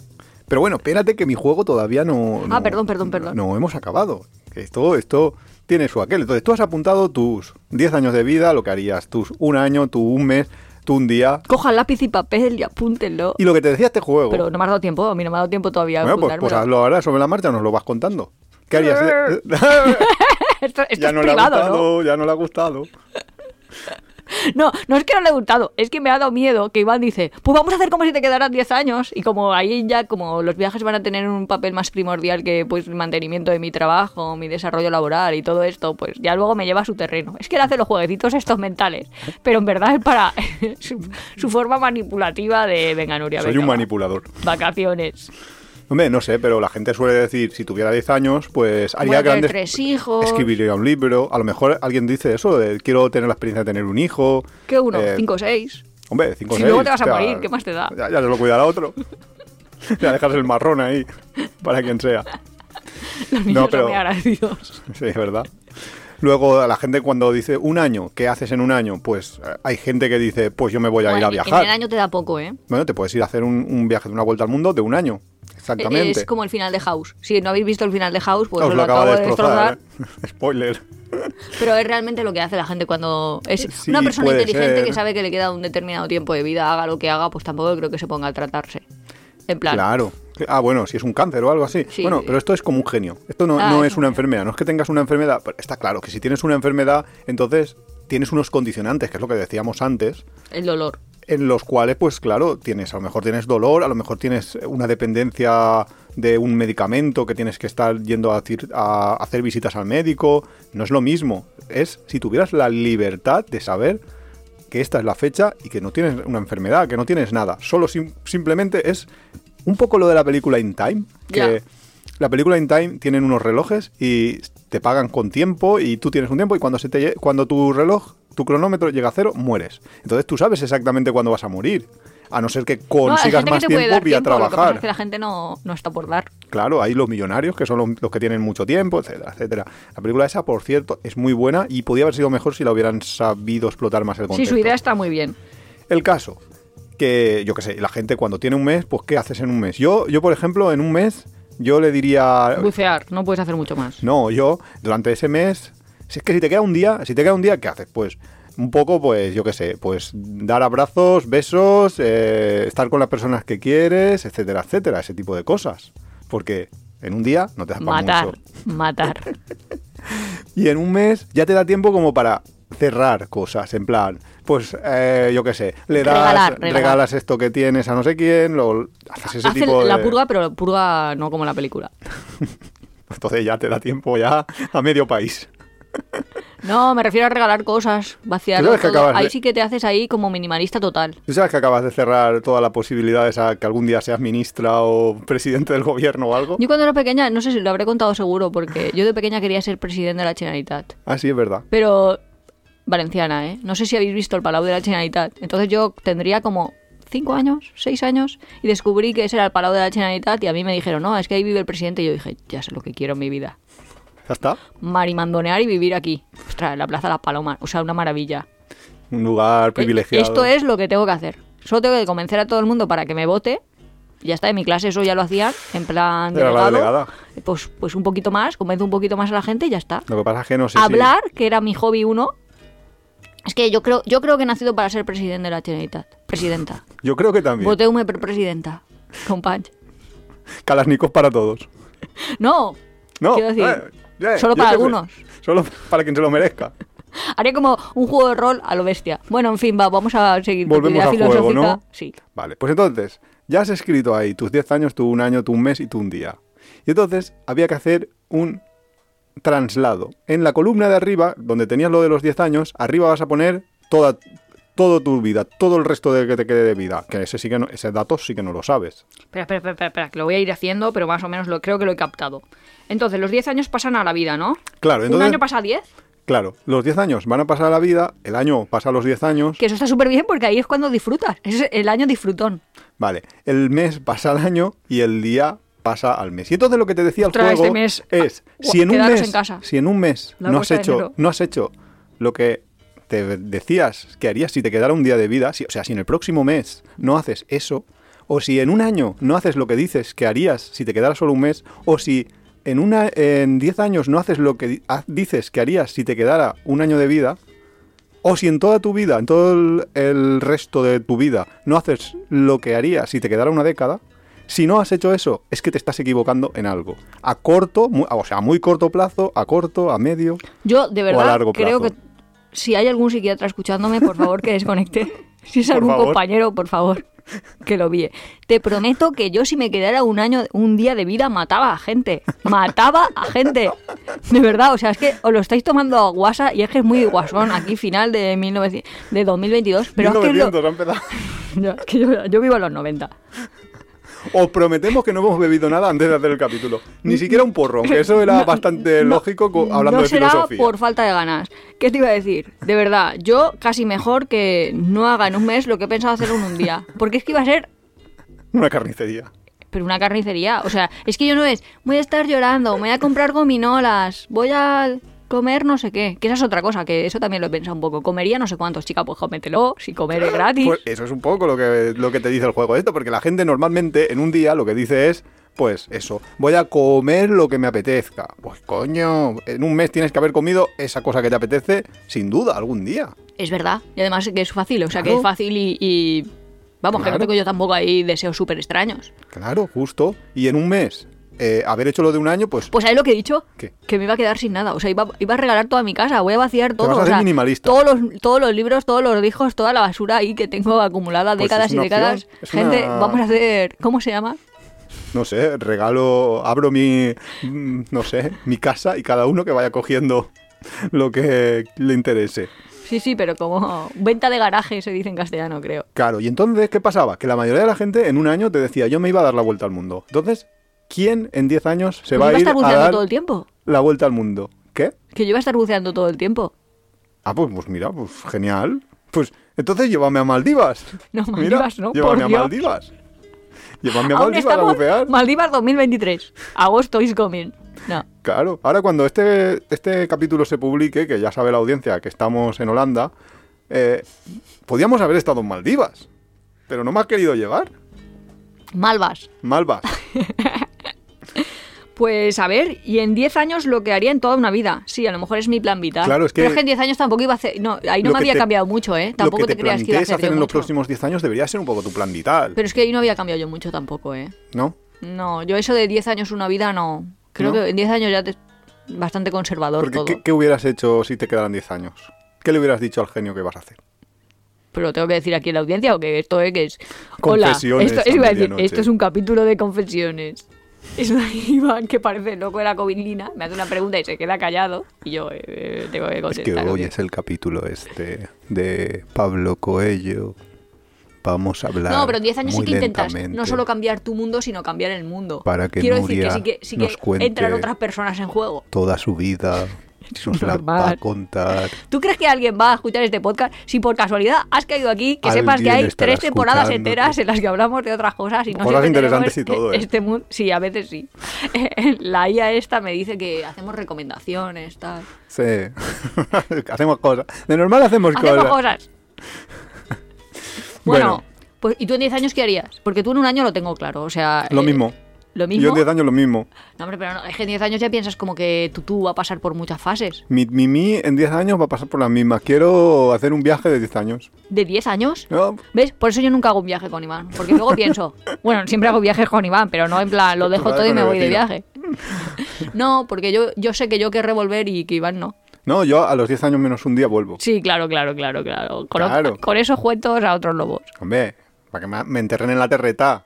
Speaker 2: Pero bueno, espérate que mi juego todavía no.
Speaker 1: Ah,
Speaker 2: no-
Speaker 1: perdón, perdón, perdón.
Speaker 2: No hemos acabado. Que Esto, esto tiene su aquel. Entonces tú has apuntado tus 10 años de vida, lo que harías, tus un año, tu un mes, tu un día.
Speaker 1: Cojan lápiz y papel y apúntenlo.
Speaker 2: Y lo que te decía este juego.
Speaker 1: Pero no me ha dado tiempo, a mí no me ha dado tiempo todavía de
Speaker 2: bueno, pues, pues hazlo ahora sobre la marcha, nos lo vas contando. ¿Qué harías?
Speaker 1: esto esto
Speaker 2: ya
Speaker 1: es
Speaker 2: no le ha
Speaker 1: privado,
Speaker 2: gustado, ya no le ha gustado.
Speaker 1: No, no es que no le he gustado, es que me ha dado miedo que Iván dice, pues vamos a hacer como si te quedaras 10 años. Y como ahí ya, como los viajes van a tener un papel más primordial que pues el mantenimiento de mi trabajo, mi desarrollo laboral y todo esto, pues ya luego me lleva a su terreno. Es que él hace los jueguecitos estos mentales, pero en verdad es para su, su forma manipulativa de, venga, Nuria,
Speaker 2: Soy
Speaker 1: venga,
Speaker 2: un
Speaker 1: va.
Speaker 2: manipulador.
Speaker 1: Vacaciones.
Speaker 2: Hombre, no sé, pero la gente suele decir, si tuviera 10 años, pues haría
Speaker 1: Bueno, tener
Speaker 2: grandes...
Speaker 1: tres hijos.
Speaker 2: Escribiría un libro. A lo mejor alguien dice eso, de, quiero tener la experiencia de tener un hijo.
Speaker 1: ¿Qué uno?
Speaker 2: Eh,
Speaker 1: ¿Cinco o seis?
Speaker 2: Hombre, 5
Speaker 1: Si luego te vas a morir, ¿qué más te da?
Speaker 2: Ya, ya se lo cuidará otro. ya dejas el marrón ahí, para quien sea.
Speaker 1: Los niños son
Speaker 2: pero-
Speaker 1: muy agradecidos.
Speaker 2: Sí, es verdad. Luego, la gente cuando dice un año, ¿qué haces en un año? Pues eh, hay gente que dice, pues yo me voy a ir
Speaker 1: Bueno,
Speaker 2: a
Speaker 1: En
Speaker 2: viajar.
Speaker 1: el año te da poco, ¿eh?
Speaker 2: Bueno, te puedes ir a hacer un, un viaje de una vuelta al mundo de un año. Exactamente.
Speaker 1: Es como el final de House. Si no habéis visto el final de House, pues
Speaker 2: Os
Speaker 1: os
Speaker 2: lo acaba de
Speaker 1: destrozar.
Speaker 2: destrozar. ¿eh? Spoiler.
Speaker 1: Pero es realmente lo que hace la gente cuando es
Speaker 2: Sí,
Speaker 1: una persona
Speaker 2: puede
Speaker 1: inteligente
Speaker 2: ser.
Speaker 1: que sabe que le queda un determinado tiempo de vida, haga lo que haga, pues tampoco creo que se ponga a tratarse. En plan,
Speaker 2: Claro. Ah, bueno, si es un cáncer o algo así.
Speaker 1: Sí,
Speaker 2: bueno,
Speaker 1: sí.
Speaker 2: pero esto es como un genio. Esto no,
Speaker 1: Ah,
Speaker 2: no
Speaker 1: es
Speaker 2: es
Speaker 1: un genio.
Speaker 2: una enfermedad. No es que tengas una enfermedad. pero está claro que si tienes una enfermedad, entonces tienes unos condicionantes, que es lo que decíamos antes,
Speaker 1: el dolor.
Speaker 2: en los cuales, pues claro, tienes, a lo mejor tienes dolor, a lo mejor tienes una dependencia de un medicamento que tienes que estar yendo a, cir- a hacer visitas al médico. No es lo mismo. Es si tuvieras la libertad de saber que esta es la fecha y que no tienes una enfermedad, que no tienes nada. Solo sim- simplemente es un poco lo de la película In Time, que
Speaker 1: Ya.
Speaker 2: la película In Time tienen unos relojes y te pagan con tiempo y tú tienes un tiempo y cuando se te lle- cuando tu reloj, tu cronómetro llega a cero, mueres. Entonces tú sabes exactamente cuándo vas a morir, a no ser que
Speaker 1: No, hay
Speaker 2: consigas
Speaker 1: gente
Speaker 2: más
Speaker 1: que te puede
Speaker 2: tiempo
Speaker 1: dar
Speaker 2: vía
Speaker 1: tiempo, lo que pasa es
Speaker 2: trabajar.
Speaker 1: que la gente no, no está por dar.
Speaker 2: Claro, hay los millonarios que son los, los que tienen mucho tiempo, etcétera, etcétera. La película esa, por cierto, es muy buena y podía haber sido mejor si la hubieran sabido explotar más el
Speaker 1: Sí,
Speaker 2: contexto.
Speaker 1: su idea está muy bien.
Speaker 2: El caso, que yo qué sé, la gente cuando tiene un mes, pues ¿qué haces en un mes? Yo, yo por ejemplo, en un mes, yo le diría...
Speaker 1: Bucear, no puedes hacer mucho más.
Speaker 2: No, yo durante ese mes, si es que si te queda un día, si te queda un día, ¿qué haces? Pues un poco, pues yo qué sé, pues dar abrazos, besos, eh, estar con las personas que quieres, etcétera, etcétera, ese tipo de cosas. Porque en un día no te das para
Speaker 1: Matar,
Speaker 2: mucho.
Speaker 1: matar.
Speaker 2: Y en un mes ya te da tiempo como para cerrar cosas, en plan, pues eh, yo qué sé, le das,
Speaker 1: Regalar, regalar.
Speaker 2: regalas esto que tienes a no sé quién, lo, haces ese
Speaker 1: Hace
Speaker 2: tipo de...
Speaker 1: la purga, pero purga no como la película.
Speaker 2: Entonces ya te da tiempo ya a medio país.
Speaker 1: No, me refiero a regalar cosas, vaciar.
Speaker 2: Tú sabes que acabas
Speaker 1: Ahí
Speaker 2: de-
Speaker 1: sí que te haces ahí como minimalista total.
Speaker 2: Tú sabes que acabas de cerrar todas las posibilidades a que algún día seas ministra o presidente del gobierno o algo.
Speaker 1: Yo cuando era pequeña, no sé si lo habré contado seguro, porque yo de pequeña quería ser presidente de la Generalitat.
Speaker 2: Ah, sí, es verdad.
Speaker 1: Pero valenciana, ¿eh? No sé si habéis visto el Palau de la Generalitat. Entonces yo tendría como cinco años, seis años, y descubrí que ese era el Palau de la Generalitat y a mí me dijeron, no, es que ahí vive el presidente. Y yo dije, ya sé lo que quiero en mi vida.
Speaker 2: Ya está.
Speaker 1: Marimandonear y vivir aquí. Ostras, la Plaza Las Palomas. O sea, una maravilla.
Speaker 2: Un lugar privilegiado.
Speaker 1: Eh, Esto es lo que tengo que hacer. Solo tengo que convencer a todo el mundo para que me vote. Ya está, en mi clase eso ya lo hacía, en plan
Speaker 2: Era la
Speaker 1: delegado.
Speaker 2: delegada.
Speaker 1: Pues, pues un poquito más, convenzo un poquito más a la gente y ya está.
Speaker 2: Lo que pasa es que no sé si-
Speaker 1: Hablar, que era mi hobby uno. Es que yo creo, yo creo que he nacido para ser presidente de la Generalitat. Presidenta.
Speaker 2: Yo creo que también.
Speaker 1: Voteu-me per presidenta. Companys.
Speaker 2: Kalashnikov para todos.
Speaker 1: No,
Speaker 2: No.
Speaker 1: Quiero decir,
Speaker 2: eh,
Speaker 1: solo
Speaker 2: yo
Speaker 1: para
Speaker 2: qué sé.
Speaker 1: algunos.
Speaker 2: Solo para quien se lo merezca.
Speaker 1: haría como un juego de rol a lo bestia. Bueno, en fin, va, vamos a seguir con tu
Speaker 2: Volvemos
Speaker 1: idea
Speaker 2: al juego,
Speaker 1: filosófica.
Speaker 2: ¿no?
Speaker 1: Sí.
Speaker 2: Vale, pues entonces, ya has escrito ahí tus 10 años, tu un año, tu un mes y tu un día. Y entonces había que hacer un traslado. En la columna de arriba, donde tenías lo de los 10 años, arriba vas a poner toda, todo tu vida, todo el resto de que te quede de vida. Que ese, sí que no- ese dato sí que no lo sabes.
Speaker 1: Espera, espera, espera, espera, espera, que lo voy a ir haciendo, pero más o menos lo, creo que lo he captado. Entonces, los 10 años pasan a la vida, ¿no?
Speaker 2: Claro,
Speaker 1: ¿Un
Speaker 2: entonces-
Speaker 1: año pasa a 10?
Speaker 2: Claro, los 10 años van a pasar a la vida, el año pasa a los 10 años.
Speaker 1: Que eso está súper bien porque ahí es cuando disfrutas. Es el año disfrutón.
Speaker 2: Vale, el mes pasa al año y el día pasa al mes. Y entonces lo que te decía
Speaker 1: Ostras,
Speaker 2: el juego
Speaker 1: este mes-
Speaker 2: es
Speaker 1: ah,
Speaker 2: si en un
Speaker 1: quedaros
Speaker 2: mes,
Speaker 1: en casa.
Speaker 2: si en un mes
Speaker 1: La
Speaker 2: no has
Speaker 1: vuelta de
Speaker 2: hecho
Speaker 1: enero.
Speaker 2: no has hecho lo que te decías que harías si te quedara un día de vida, si- o sea, si en el próximo mes no haces eso o si en un año no haces lo que dices que harías si te quedara solo un mes o si en una en 10 años no haces lo que di- ha- dices que harías si te quedara un año de vida, o si en toda tu vida, en todo el, el resto de tu vida, no haces lo que harías si te quedara una década, si no has hecho eso, es que te estás equivocando en algo. A corto, mu- o sea, a muy corto plazo, a corto, a medio.
Speaker 1: Yo, de
Speaker 2: a
Speaker 1: verdad,
Speaker 2: largo
Speaker 1: creo
Speaker 2: plazo.
Speaker 1: que si hay algún psiquiatra escuchándome, por favor que desconecte. Si es
Speaker 2: Por
Speaker 1: algún
Speaker 2: favor.
Speaker 1: compañero, por favor, que lo vie. Te prometo que yo si me quedara un año, un día de vida, mataba a gente. Mataba a gente. De verdad, o sea, es que os lo estáis tomando a guasa y es que es muy guasón aquí final de, 1900 de 2022. Pero es que, lo-
Speaker 2: 1900 ha empezado.
Speaker 1: no, es que yo, yo vivo en los 90.
Speaker 2: Os prometemos que no hemos bebido nada antes de hacer el capítulo. Ni siquiera un porro, que eso era bastante
Speaker 1: No,
Speaker 2: lógico co- hablando
Speaker 1: Mm, no
Speaker 2: de
Speaker 1: será
Speaker 2: filosofía.
Speaker 1: por falta de ganas. ¿Qué te iba a decir? De verdad, yo casi mejor que no haga en un mes lo que he pensado hacer en un día. Porque es que iba a ser
Speaker 2: Una carnicería.
Speaker 1: pero una carnicería. O sea, es que yo no es, voy a estar llorando, voy a comprar gominolas, voy a comer no sé qué. Que esa es otra cosa, que eso también lo he pensado un poco. Comería no sé cuántos, chica, pues cómetelo, si comer es gratis.
Speaker 2: Pues eso es un poco lo que, lo que te dice el juego esto, porque la gente normalmente en un día lo que dice es, pues eso, voy a comer lo que me apetezca. Pues coño, en un mes tienes que haber comido esa cosa que te apetece, sin duda, algún día.
Speaker 1: Es verdad. Y además que es fácil, o sea, que
Speaker 2: Claro.
Speaker 1: es fácil y... y- Vamos, que
Speaker 2: Claro.
Speaker 1: no tengo yo tampoco ahí deseos súper extraños.
Speaker 2: Claro, justo. Y en un mes, eh, haber hecho lo de un año, pues...
Speaker 1: Pues ¿sabes lo que he dicho?
Speaker 2: ¿Qué?
Speaker 1: Que me iba a quedar sin nada. O sea, iba, iba a regalar toda mi casa, voy a vaciar todo.
Speaker 2: vas a
Speaker 1: o
Speaker 2: hacer
Speaker 1: sea,
Speaker 2: minimalista.
Speaker 1: Todos los, todos los libros, todos los discos, toda la basura ahí que tengo acumulada
Speaker 2: Pues
Speaker 1: décadas
Speaker 2: es
Speaker 1: y
Speaker 2: una
Speaker 1: décadas.
Speaker 2: opción, es
Speaker 1: Gente,
Speaker 2: una-
Speaker 1: vamos a hacer. ¿Cómo se llama?
Speaker 2: no sé, regalo, abro mi, mm, no sé, mi casa y cada uno que vaya cogiendo lo que le interese.
Speaker 1: Sí, sí, pero como venta de garaje se dice en castellano, creo.
Speaker 2: Claro, y entonces, ¿qué pasaba? Que la mayoría de la gente en un año te decía, yo me iba a dar la vuelta al mundo. Entonces, ¿quién en 10 años
Speaker 1: Pues yo
Speaker 2: se va
Speaker 1: iba
Speaker 2: a
Speaker 1: a
Speaker 2: ir
Speaker 1: estar
Speaker 2: a
Speaker 1: buceando
Speaker 2: dar
Speaker 1: todo el tiempo.
Speaker 2: la vuelta al mundo? ¿Qué?
Speaker 1: Que yo iba a estar buceando todo el tiempo.
Speaker 2: Ah, pues, pues mira, pues genial. Pues entonces llévame a Maldivas.
Speaker 1: No,
Speaker 2: Mira,
Speaker 1: Maldivas no,
Speaker 2: Llévame
Speaker 1: por
Speaker 2: a
Speaker 1: Dios.
Speaker 2: Maldivas. Llévame a
Speaker 1: Aún
Speaker 2: Maldivas a
Speaker 1: estamos.
Speaker 2: bucear.
Speaker 1: Maldivas 2023. Agosto is coming. No.
Speaker 2: Claro, ahora cuando este, este capítulo se publique, que ya sabe la audiencia que estamos en Holanda, eh, podíamos haber estado en Maldivas, pero no me has querido llevar.
Speaker 1: Malvas.
Speaker 2: Malvas.
Speaker 1: Pues a ver, y en 10 años lo que haría en toda una vida. Sí, a lo mejor es mi plan vital.
Speaker 2: Claro, es que-
Speaker 1: Pero es que en 10 años tampoco iba a hacer. No, ahí no
Speaker 2: Lo
Speaker 1: me
Speaker 2: que
Speaker 1: había
Speaker 2: te-
Speaker 1: cambiado mucho, ¿eh? Tampoco
Speaker 2: Lo que te,
Speaker 1: creas que iba a
Speaker 2: plantees
Speaker 1: hacer,
Speaker 2: hacer,
Speaker 1: yo
Speaker 2: en los
Speaker 1: mucho.
Speaker 2: próximos 10 años debería ser un poco tu plan vital,
Speaker 1: Pero es que ahí no había cambiado yo mucho tampoco, ¿eh?
Speaker 2: ¿no?
Speaker 1: No, yo eso de 10 años una vida no. Creo
Speaker 2: ¿No?
Speaker 1: que en 10 años ya te. Bastante conservador
Speaker 2: Porque
Speaker 1: todo.
Speaker 2: ¿qué, qué hubieras hecho si te quedaran 10 años? ¿Qué le hubieras dicho al genio que vas a hacer?
Speaker 1: Pero lo tengo que decir aquí en la audiencia o que esto es que es. Hola, esto,
Speaker 2: Confesiones a
Speaker 1: iba a decir,
Speaker 2: medianoche.
Speaker 1: esto es un capítulo de confesiones. Es un Iván que parece loco de la covilina, me hace una pregunta y se queda callado y yo eh, tengo que
Speaker 2: Es que
Speaker 1: contestar.
Speaker 2: hoy
Speaker 1: obvio.
Speaker 2: es el capítulo este de Pablo Coello. Vamos a hablar.
Speaker 1: no, pero en 10 años sí
Speaker 2: muy
Speaker 1: que intentas no
Speaker 2: lentamente.
Speaker 1: solo cambiar tu mundo, sino cambiar el mundo.
Speaker 2: Para que
Speaker 1: Quiero
Speaker 2: Nuria
Speaker 1: decir que sí que,
Speaker 2: nos
Speaker 1: sí que
Speaker 2: cuente.
Speaker 1: entran otras personas en juego.
Speaker 2: toda su vida. Nos la va a
Speaker 1: normal.
Speaker 2: contar.
Speaker 1: ¿Tú crees que alguien va a escuchar este podcast si por casualidad has caído aquí? Que sepas que
Speaker 2: Alguien
Speaker 1: hay
Speaker 2: estará
Speaker 1: tres temporadas
Speaker 2: escuchándote.
Speaker 1: enteras en las que hablamos de otras cosas y no
Speaker 2: Cosas
Speaker 1: siempre
Speaker 2: interesantes
Speaker 1: tenemos
Speaker 2: y todo, ¿eh?
Speaker 1: Este mundo, sí, a veces sí. La IA esta me dice que hacemos recomendaciones, tal.
Speaker 2: Sí. hacemos cosas. De normal hacemos,
Speaker 1: Hacemos cosas. Bueno,
Speaker 2: Bueno.
Speaker 1: pues ¿y tú en 10 años qué harías? Porque tú en un año lo tengo claro, o sea,
Speaker 2: Lo
Speaker 1: eh,
Speaker 2: mismo.
Speaker 1: Lo mismo.
Speaker 2: Yo en 10 años lo mismo.
Speaker 1: No, hombre, pero no, es que en 10 años ya piensas como que tú, tú va a pasar por muchas fases.
Speaker 2: Mi, mi, mi en 10 años va a pasar por las mismas. Quiero hacer un viaje de 10 años.
Speaker 1: ¿De 10 años?
Speaker 2: No,
Speaker 1: ¿Ves? Por eso yo nunca hago un viaje con Iván. Porque luego pienso, bueno, siempre hago viajes con Iván, pero no en plan, lo dejo
Speaker 2: Vale,
Speaker 1: todo y
Speaker 2: con
Speaker 1: me
Speaker 2: el
Speaker 1: voy de
Speaker 2: vecino.
Speaker 1: viaje. No, porque yo, yo sé que yo querré volver y que Iván no.
Speaker 2: no, yo a los 10 años menos un día vuelvo.
Speaker 1: Sí, claro, claro, claro, claro. Con,
Speaker 2: Claro.
Speaker 1: con esos cuentos a otros lobos.
Speaker 2: Hombre, para que me, me enterren en la terreta.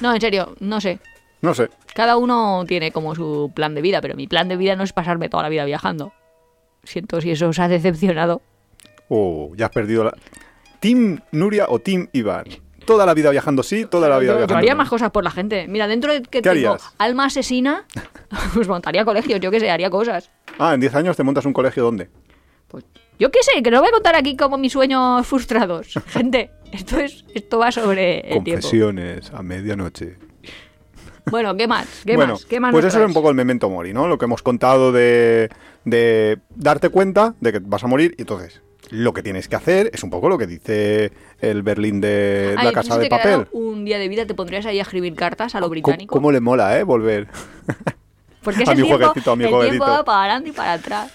Speaker 1: No, en serio, no sé.
Speaker 2: No sé.
Speaker 1: Cada uno tiene como su plan de vida, pero mi plan de vida no es pasarme toda la vida viajando. Siento si eso os ha decepcionado.
Speaker 2: Oh, ya has perdido la. Team Nuria o Team Iván. Toda la vida viajando sí, toda la vida
Speaker 1: Yo, yo
Speaker 2: viajando.
Speaker 1: haría
Speaker 2: no.
Speaker 1: más cosas por la gente. Mira, dentro de que
Speaker 2: ¿Qué
Speaker 1: tengo
Speaker 2: harías?
Speaker 1: alma asesina, pues montaría colegios, yo qué sé, haría cosas.
Speaker 2: Ah, en 10 años te montas un colegio ¿dónde?
Speaker 1: Pues yo qué sé, que no voy a contar aquí como mis sueños frustrados. Gente, esto es esto va sobre el tiempo.
Speaker 2: Confesiones a medianoche.
Speaker 1: Bueno, ¿qué más? ¿Qué
Speaker 2: bueno,
Speaker 1: más? ¿Qué más
Speaker 2: pues
Speaker 1: nos
Speaker 2: eso es
Speaker 1: traes?
Speaker 2: un poco el memento mori, ¿no? Lo que hemos contado de, de darte cuenta de que vas a morir y entonces lo que tienes que hacer es un poco lo que dice el Berlín de
Speaker 1: Ay,
Speaker 2: la
Speaker 1: ¿tú
Speaker 2: Casa
Speaker 1: si te
Speaker 2: de
Speaker 1: quedara
Speaker 2: Papel.
Speaker 1: Un día de vida te pondrías ahí a escribir cartas a lo
Speaker 2: Co-
Speaker 1: británico.
Speaker 2: ¿Cómo le mola, eh? Volver.
Speaker 1: Porque es
Speaker 2: A
Speaker 1: el
Speaker 2: mi
Speaker 1: tiempo,
Speaker 2: jueguecito, a mi
Speaker 1: el
Speaker 2: jueguecito.
Speaker 1: tiempo va para adelante y para atrás.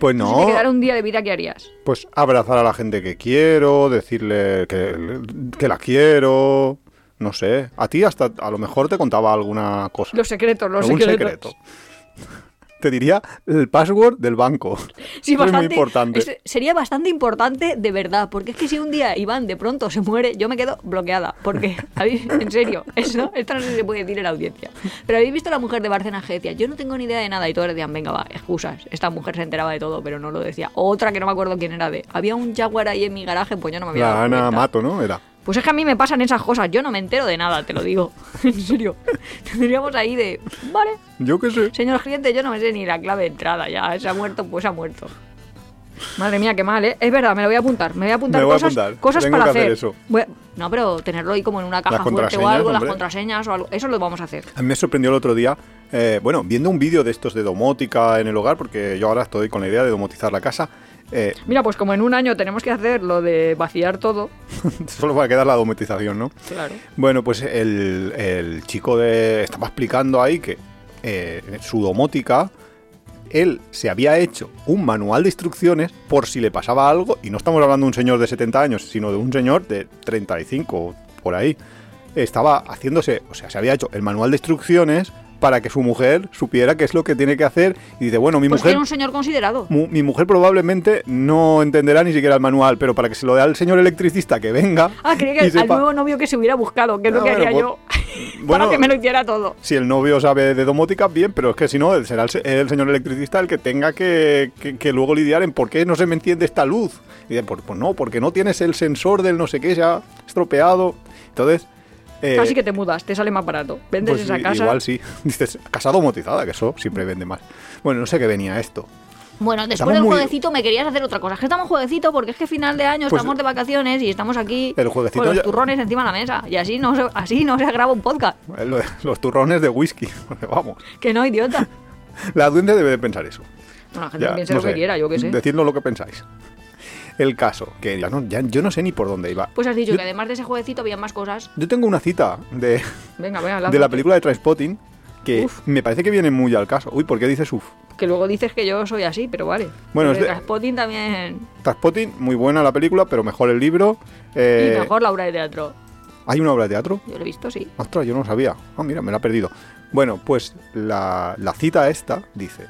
Speaker 2: Pues
Speaker 1: Si te
Speaker 2: no,
Speaker 1: quedara un día de vida, ¿qué harías?
Speaker 2: pues abrazar a la gente que quiero, decirle que, que la quiero, no sé. A ti hasta a lo mejor te contaba alguna cosa.
Speaker 1: Los secretos, los
Speaker 2: algún
Speaker 1: secretos.
Speaker 2: secreto. te diría el password del banco.
Speaker 1: Sí,
Speaker 2: Eso es muy
Speaker 1: bastante-
Speaker 2: importante.
Speaker 1: es- sería bastante importante de verdad, porque es que si un día Iván de pronto se muere, yo me quedo bloqueada, porque, ¿habéis- en serio, eso, esto no sé si se puede decir en la audiencia. Pero habéis visto la mujer de Barcelona que decía, yo no tengo ni idea de nada, y todos decían, venga, va, excusas, esta mujer se enteraba de todo, pero no lo decía. Otra que no me acuerdo quién era de, había un jaguar ahí en mi garaje, pues yo no me había
Speaker 2: La
Speaker 1: dado
Speaker 2: Ana
Speaker 1: cuenta".
Speaker 2: Mato, ¿no? Era.
Speaker 1: Pues es que a mí me pasan esas cosas, yo no me entero de nada, te lo digo, en serio. Tendríamos ahí de, vale,
Speaker 2: Yo qué sé.
Speaker 1: Señor cliente, yo no me sé ni la clave de entrada, ya se ha muerto, pues ha muerto. Madre mía, qué mal, ¿eh? Es verdad, me lo voy a apuntar. Me voy a apuntar
Speaker 2: Me voy a
Speaker 1: cosas,
Speaker 2: apuntar,
Speaker 1: cosas
Speaker 2: tengo
Speaker 1: para
Speaker 2: que hacer eso.
Speaker 1: Voy a- No, pero tenerlo ahí como en una caja fuerte o
Speaker 2: contraseñas,
Speaker 1: algo, las
Speaker 2: hombre.
Speaker 1: contraseñas o algo. Eso lo vamos a hacer.
Speaker 2: A mí me sorprendió el otro día, eh, bueno, viendo un vídeo de estos de domótica en el hogar, porque yo ahora estoy con la idea de domotizar la casa. eh,
Speaker 1: Mira, pues como en un año tenemos que hacer lo de vaciar todo.
Speaker 2: solo va a quedar la domotización, ¿no?
Speaker 1: Claro.
Speaker 2: Bueno, pues el, el chico de, estaba explicando ahí que eh, su domótica, él se había hecho un manual de instrucciones por si le pasaba algo, y no estamos hablando de un señor de 70 años, sino de un señor de 35 o por ahí. Estaba haciéndose, o sea, se había hecho el manual de instrucciones para que su mujer supiera qué es lo que tiene que hacer y dice, bueno, mi
Speaker 1: Pues que
Speaker 2: mujer...
Speaker 1: era un señor considerado.
Speaker 2: Mu- Mi mujer probablemente no entenderá ni siquiera el manual, pero para que se lo dé al señor electricista que venga.
Speaker 1: Ah, creía
Speaker 2: y
Speaker 1: que al
Speaker 2: sepa-
Speaker 1: nuevo novio que se hubiera buscado, que es lo
Speaker 2: Ah,
Speaker 1: que
Speaker 2: bueno,
Speaker 1: haría yo.
Speaker 2: pues-
Speaker 1: para
Speaker 2: bueno,
Speaker 1: que me lo hiciera todo.
Speaker 2: si el novio sabe de domótica, bien, pero es que si no, será el, se- el señor electricista el que tenga que, que- que luego lidiar en por qué no se me entiende esta luz. Y dice, pues, pues no, porque no tienes el sensor del no sé qué, se ha estropeado. Entonces. eh,
Speaker 1: Casi que te mudas, te sale más barato. Vendes
Speaker 2: pues
Speaker 1: esa
Speaker 2: i-
Speaker 1: casa.
Speaker 2: Igual sí. Dices, casa domotizada, que eso siempre vende más. Bueno, no sé qué venía esto.
Speaker 1: Bueno, después
Speaker 2: Estamos
Speaker 1: del
Speaker 2: muy-
Speaker 1: jueguecito me querías hacer otra cosa. Es que estamos jueguecito porque es que final de año
Speaker 2: Pues-
Speaker 1: estamos de vacaciones y estamos aquí
Speaker 2: El jueguecito
Speaker 1: con los
Speaker 2: ya-
Speaker 1: turrones encima de la mesa. Y así no, se, así no se graba un podcast.
Speaker 2: Eh, lo de- Los turrones de whisky. Vamos.
Speaker 1: Que no, idiota.
Speaker 2: La duende debe de pensar eso.
Speaker 1: No, la gente
Speaker 2: Ya,
Speaker 1: piensa
Speaker 2: no
Speaker 1: lo que
Speaker 2: sé,
Speaker 1: quiera, yo qué sé.
Speaker 2: Decidnos lo que pensáis. El caso, que ya no, ya- yo no sé ni por dónde iba.
Speaker 1: Pues has dicho
Speaker 2: Yo-
Speaker 1: que además de ese jueguecito había más cosas.
Speaker 2: Yo tengo una cita de,
Speaker 1: Venga, venga, lánzate.
Speaker 2: de la película de Trainspotting que
Speaker 1: Uf.
Speaker 2: me parece que viene muy al caso. Uy, ¿por qué dices uff?
Speaker 1: Que luego dices que yo soy así, pero vale.
Speaker 2: Bueno,
Speaker 1: Lo
Speaker 2: es
Speaker 1: de
Speaker 2: de-
Speaker 1: Trainspotting también.
Speaker 2: Trainspotting, muy buena la película, pero mejor el libro. Eh,
Speaker 1: Y mejor la obra de teatro.
Speaker 2: ¿Hay una obra de teatro?
Speaker 1: Yo lo he visto, sí.
Speaker 2: Ostras, yo no lo sabía. Ah, mira, me la he perdido. Bueno, pues la, la cita esta dice,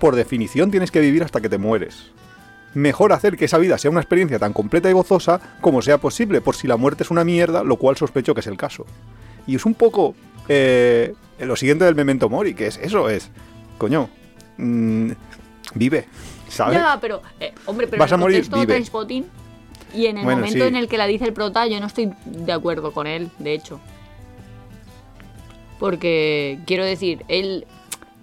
Speaker 2: por definición tienes que vivir hasta que te mueres. Mejor hacer que esa vida sea una experiencia tan completa y gozosa como sea posible, por si la muerte es una mierda, lo cual sospecho que es el caso. Y es un poco eh, lo siguiente del memento mori, que es eso, es, coño, mm, vive, ¿sabes?
Speaker 1: Ya, pero, eh, hombre, pero
Speaker 2: Vas
Speaker 1: en el
Speaker 2: a morir,
Speaker 1: contexto de
Speaker 2: vive.
Speaker 1: Trainspotting y en el
Speaker 2: Bueno,
Speaker 1: momento
Speaker 2: sí.
Speaker 1: en el que la dice el prota, yo no estoy de acuerdo con él, de hecho. Porque, quiero decir, él...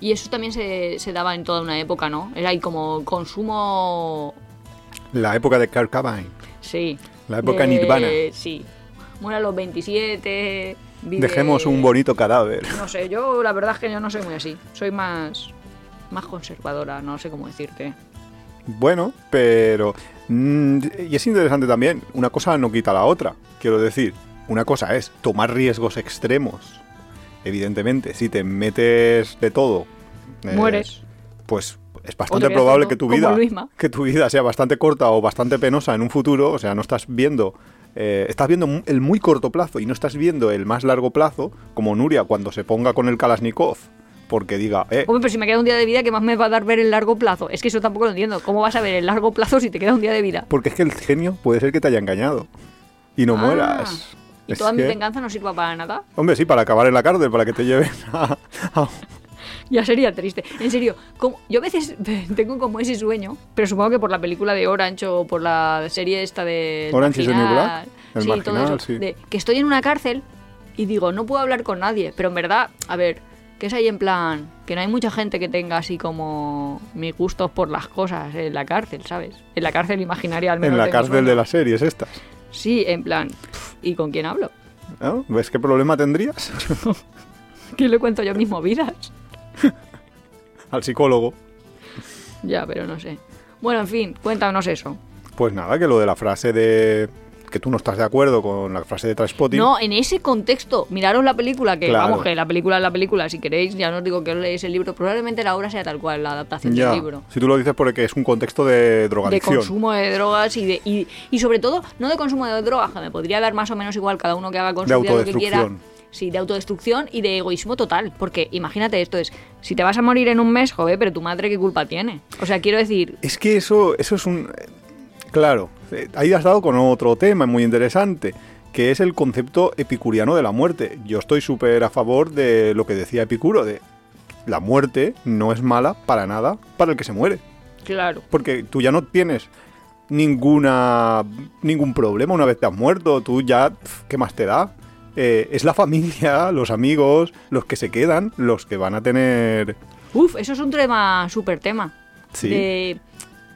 Speaker 1: Y eso también se, se daba en toda una época, ¿no? Era ahí como consumo...
Speaker 2: La época de Kurt Cobain,
Speaker 1: Sí.
Speaker 2: La época nirvana.
Speaker 1: Sí. Muere a los 27... vive-
Speaker 2: dejemos un bonito cadáver.
Speaker 1: No sé, yo la verdad es que yo no soy muy así. Soy más... Más conservadora, no sé cómo decirte.
Speaker 2: Bueno, pero... mm, y es interesante también, una cosa no quita la otra. Quiero decir, una cosa es tomar riesgos extremos. Evidentemente, si te metes de todo... eh,
Speaker 1: Mueres.
Speaker 2: Pues es
Speaker 1: O te
Speaker 2: bastante
Speaker 1: quedas
Speaker 2: probable
Speaker 1: como-
Speaker 2: que tu,
Speaker 1: como
Speaker 2: vida,
Speaker 1: Luisma.
Speaker 2: que tu vida sea bastante corta o bastante penosa en un futuro. O sea, no estás viendo... eh, estás viendo mu- el muy corto plazo y no estás viendo el más largo plazo, como Nuria cuando se ponga con el Kalashnikov, porque diga, eh,
Speaker 1: Hombre, pero si me queda un día de vida, ¿qué más me va a dar ver el largo plazo? Es que eso tampoco lo entiendo. ¿Cómo vas a ver el largo plazo si te queda un día de vida?
Speaker 2: Porque es que el genio puede ser que te haya engañado y no
Speaker 1: Ah,
Speaker 2: mueras.
Speaker 1: Y
Speaker 2: Es
Speaker 1: toda mi
Speaker 2: que-
Speaker 1: venganza no sirva para nada.
Speaker 2: Hombre, sí, para acabar en la cárcel, para que te lleven a... a-
Speaker 1: Ya sería triste. En serio, como- yo a veces tengo como ese sueño, pero supongo que por la película de Orange o por la serie esta de...
Speaker 2: Orange is the New Black, el
Speaker 1: sí, todo
Speaker 2: Marginal,
Speaker 1: eso.
Speaker 2: sí.
Speaker 1: de que estoy en una cárcel y digo, no puedo hablar con nadie. Pero en verdad, a ver, que es ahí en plan... Que no hay mucha gente que tenga así como mis gustos por las cosas en la cárcel, ¿sabes? En la cárcel imaginaria al menos.
Speaker 2: en la
Speaker 1: tengo
Speaker 2: cárcel
Speaker 1: sueño.
Speaker 2: de las series estas.
Speaker 1: Sí, en plan, pf, ¿y con quién hablo?
Speaker 2: ¿no? ¿Ves qué problema tendrías?
Speaker 1: ¿Qué le cuento yo mis movidas?
Speaker 2: Al psicólogo.
Speaker 1: Ya, pero no sé. Bueno, en fin, cuéntanos eso.
Speaker 2: Pues nada, que lo de la frase de... Que tú no estás de acuerdo con la frase de Traspotting.
Speaker 1: No, en ese contexto, miraros la película, que
Speaker 2: Claro.
Speaker 1: vamos, que la película es la película, si queréis, ya no os digo que os leéis el libro, probablemente la obra sea tal cual, la adaptación
Speaker 2: ya.
Speaker 1: del libro.
Speaker 2: Si tú lo dices porque es un contexto de
Speaker 1: De
Speaker 2: drogadicción.
Speaker 1: consumo de drogas y, de, y, y sobre todo, no de consumo de drogas, que me podría dar más o menos igual cada uno que haga con
Speaker 2: De
Speaker 1: su vida lo que quiera.
Speaker 2: autodestrucción.
Speaker 1: sí, de autodestrucción y de egoísmo total. Porque imagínate esto es, si te vas a morir en un mes, joder, pero tu madre qué culpa tiene. O sea, quiero decir,
Speaker 2: Es que eso, eso es un... Claro, eh, ahí has dado con otro tema muy interesante, que es el concepto epicuriano de la muerte. Yo estoy súper a favor de lo que decía Epicuro, de la muerte no es mala para nada para el que se muere.
Speaker 1: claro.
Speaker 2: Porque tú ya no tienes ninguna ningún problema una vez te has muerto, tú ya, pf, ¿qué más te da? Eh, es la familia, los amigos, los que se quedan, los que van a tener...
Speaker 1: Uf, eso es un tema, súper tema.
Speaker 2: Sí.
Speaker 1: De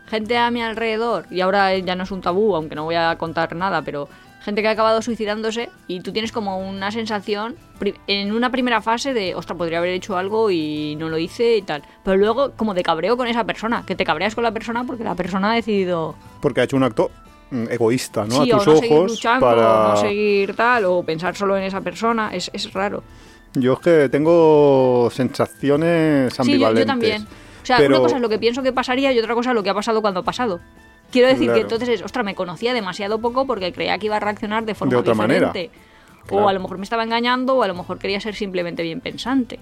Speaker 1: gente a mi alrededor, y ahora ya no es un tabú, aunque no voy a contar nada, pero gente que ha acabado suicidándose y tú tienes como una sensación pri- en una primera fase de, ostra, podría haber hecho algo y no lo hice y tal. Pero luego como de cabreo con esa persona, que te cabreas con la persona porque la persona ha decidido
Speaker 2: Porque ha hecho un acto mm, egoísta, ¿no?
Speaker 1: sí
Speaker 2: a
Speaker 1: o
Speaker 2: tus
Speaker 1: no seguir
Speaker 2: ojos
Speaker 1: luchando,
Speaker 2: para...
Speaker 1: o no seguir tal, o pensar solo en esa persona, es, es raro.
Speaker 2: Yo es que tengo sensaciones
Speaker 1: Sí, yo- yo,
Speaker 2: ambivalentes.
Speaker 1: también. O sea,
Speaker 2: Pero-
Speaker 1: una cosa es lo que pienso que pasaría y otra cosa es lo que ha pasado cuando ha pasado. Quiero decir
Speaker 2: Claro.
Speaker 1: que entonces, es, ostras, me conocía demasiado poco porque creía que iba a reaccionar de forma
Speaker 2: De otra manera.
Speaker 1: diferente.
Speaker 2: Claro.
Speaker 1: O a lo mejor me estaba engañando o a lo mejor quería ser simplemente bien pensante.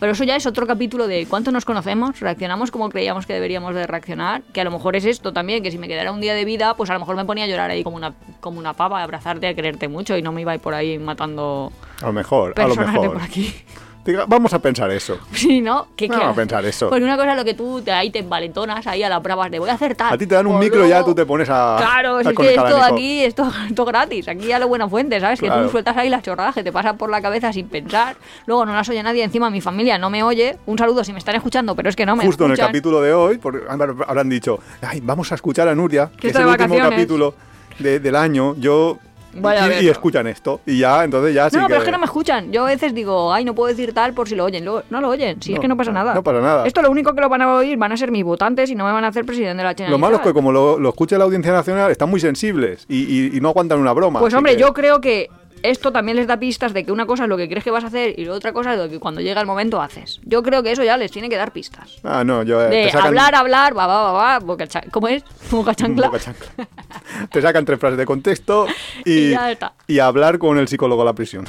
Speaker 1: Pero eso ya es otro capítulo de cuánto nos conocemos, reaccionamos como creíamos que deberíamos de reaccionar, que a lo mejor es esto también, que si me quedara un día de vida, pues a lo mejor me ponía a llorar ahí como una, como una pava, a abrazarte, a quererte mucho y no me iba a ir por ahí matando
Speaker 2: A lo mejor, a lo
Speaker 1: personas de
Speaker 2: mejor.
Speaker 1: por aquí.
Speaker 2: Diga, vamos a pensar eso.
Speaker 1: Sí, ¿no? ¿Qué, qué
Speaker 2: Vamos a
Speaker 1: haces?
Speaker 2: pensar eso.
Speaker 1: Porque una cosa es lo que tú te, ahí te envalentonas, ahí a las bravas de voy a hacer tal.
Speaker 2: A ti te dan un
Speaker 1: O
Speaker 2: micro y ya tú te pones a-
Speaker 1: Ah, Claro,
Speaker 2: a
Speaker 1: si es
Speaker 2: con
Speaker 1: que
Speaker 2: el
Speaker 1: esto
Speaker 2: calanico.
Speaker 1: aquí, esto, esto gratis, aquí a lo buena fuente, ¿sabes? Que
Speaker 2: Claro.
Speaker 1: tú sueltas ahí las chorradas que te pasan por la cabeza sin pensar, luego no las oye nadie, encima mi familia no me oye. Un saludo si me están escuchando, pero es que no me
Speaker 2: Justo en el
Speaker 1: escuchan.
Speaker 2: capítulo de hoy, porque habrán habrán dicho, Ay, vamos a escuchar a Nuria, que es
Speaker 1: está
Speaker 2: el
Speaker 1: de
Speaker 2: último
Speaker 1: vacaciones".
Speaker 2: capítulo de- del año. Yo.
Speaker 1: Vaya
Speaker 2: y- y,
Speaker 1: verlo.
Speaker 2: escuchan esto. Y ya, entonces ya sí
Speaker 1: No,
Speaker 2: que...
Speaker 1: pero es que no me escuchan. Yo a veces digo, ay, no puedo decir tal por si lo oyen. Luego, no lo oyen, si es
Speaker 2: No,
Speaker 1: que no pasa nada.
Speaker 2: no pasa nada.
Speaker 1: Esto lo único que lo van a oír van a ser mis votantes y no me van a hacer presidente de la Generalitat.
Speaker 2: Lo malo es que como lo, lo escucha la Audiencia Nacional, están muy sensibles y, y- y no aguantan una broma.
Speaker 1: Pues
Speaker 2: así
Speaker 1: hombre,
Speaker 2: que-
Speaker 1: yo creo que esto también les da pistas de que una cosa es lo que crees que vas a hacer y la otra cosa es lo que cuando llega el momento haces. Yo creo que eso ya les tiene que dar pistas.
Speaker 2: Ah, no, yo... eh,
Speaker 1: De
Speaker 2: te sacan-
Speaker 1: hablar, hablar, va, va, va, va, boca cha- ¿cómo es? Boca chancla.
Speaker 2: Boca chancla. Te sacan tres frases de contexto y,
Speaker 1: Y ya está.
Speaker 2: y hablar con el psicólogo a la prisión.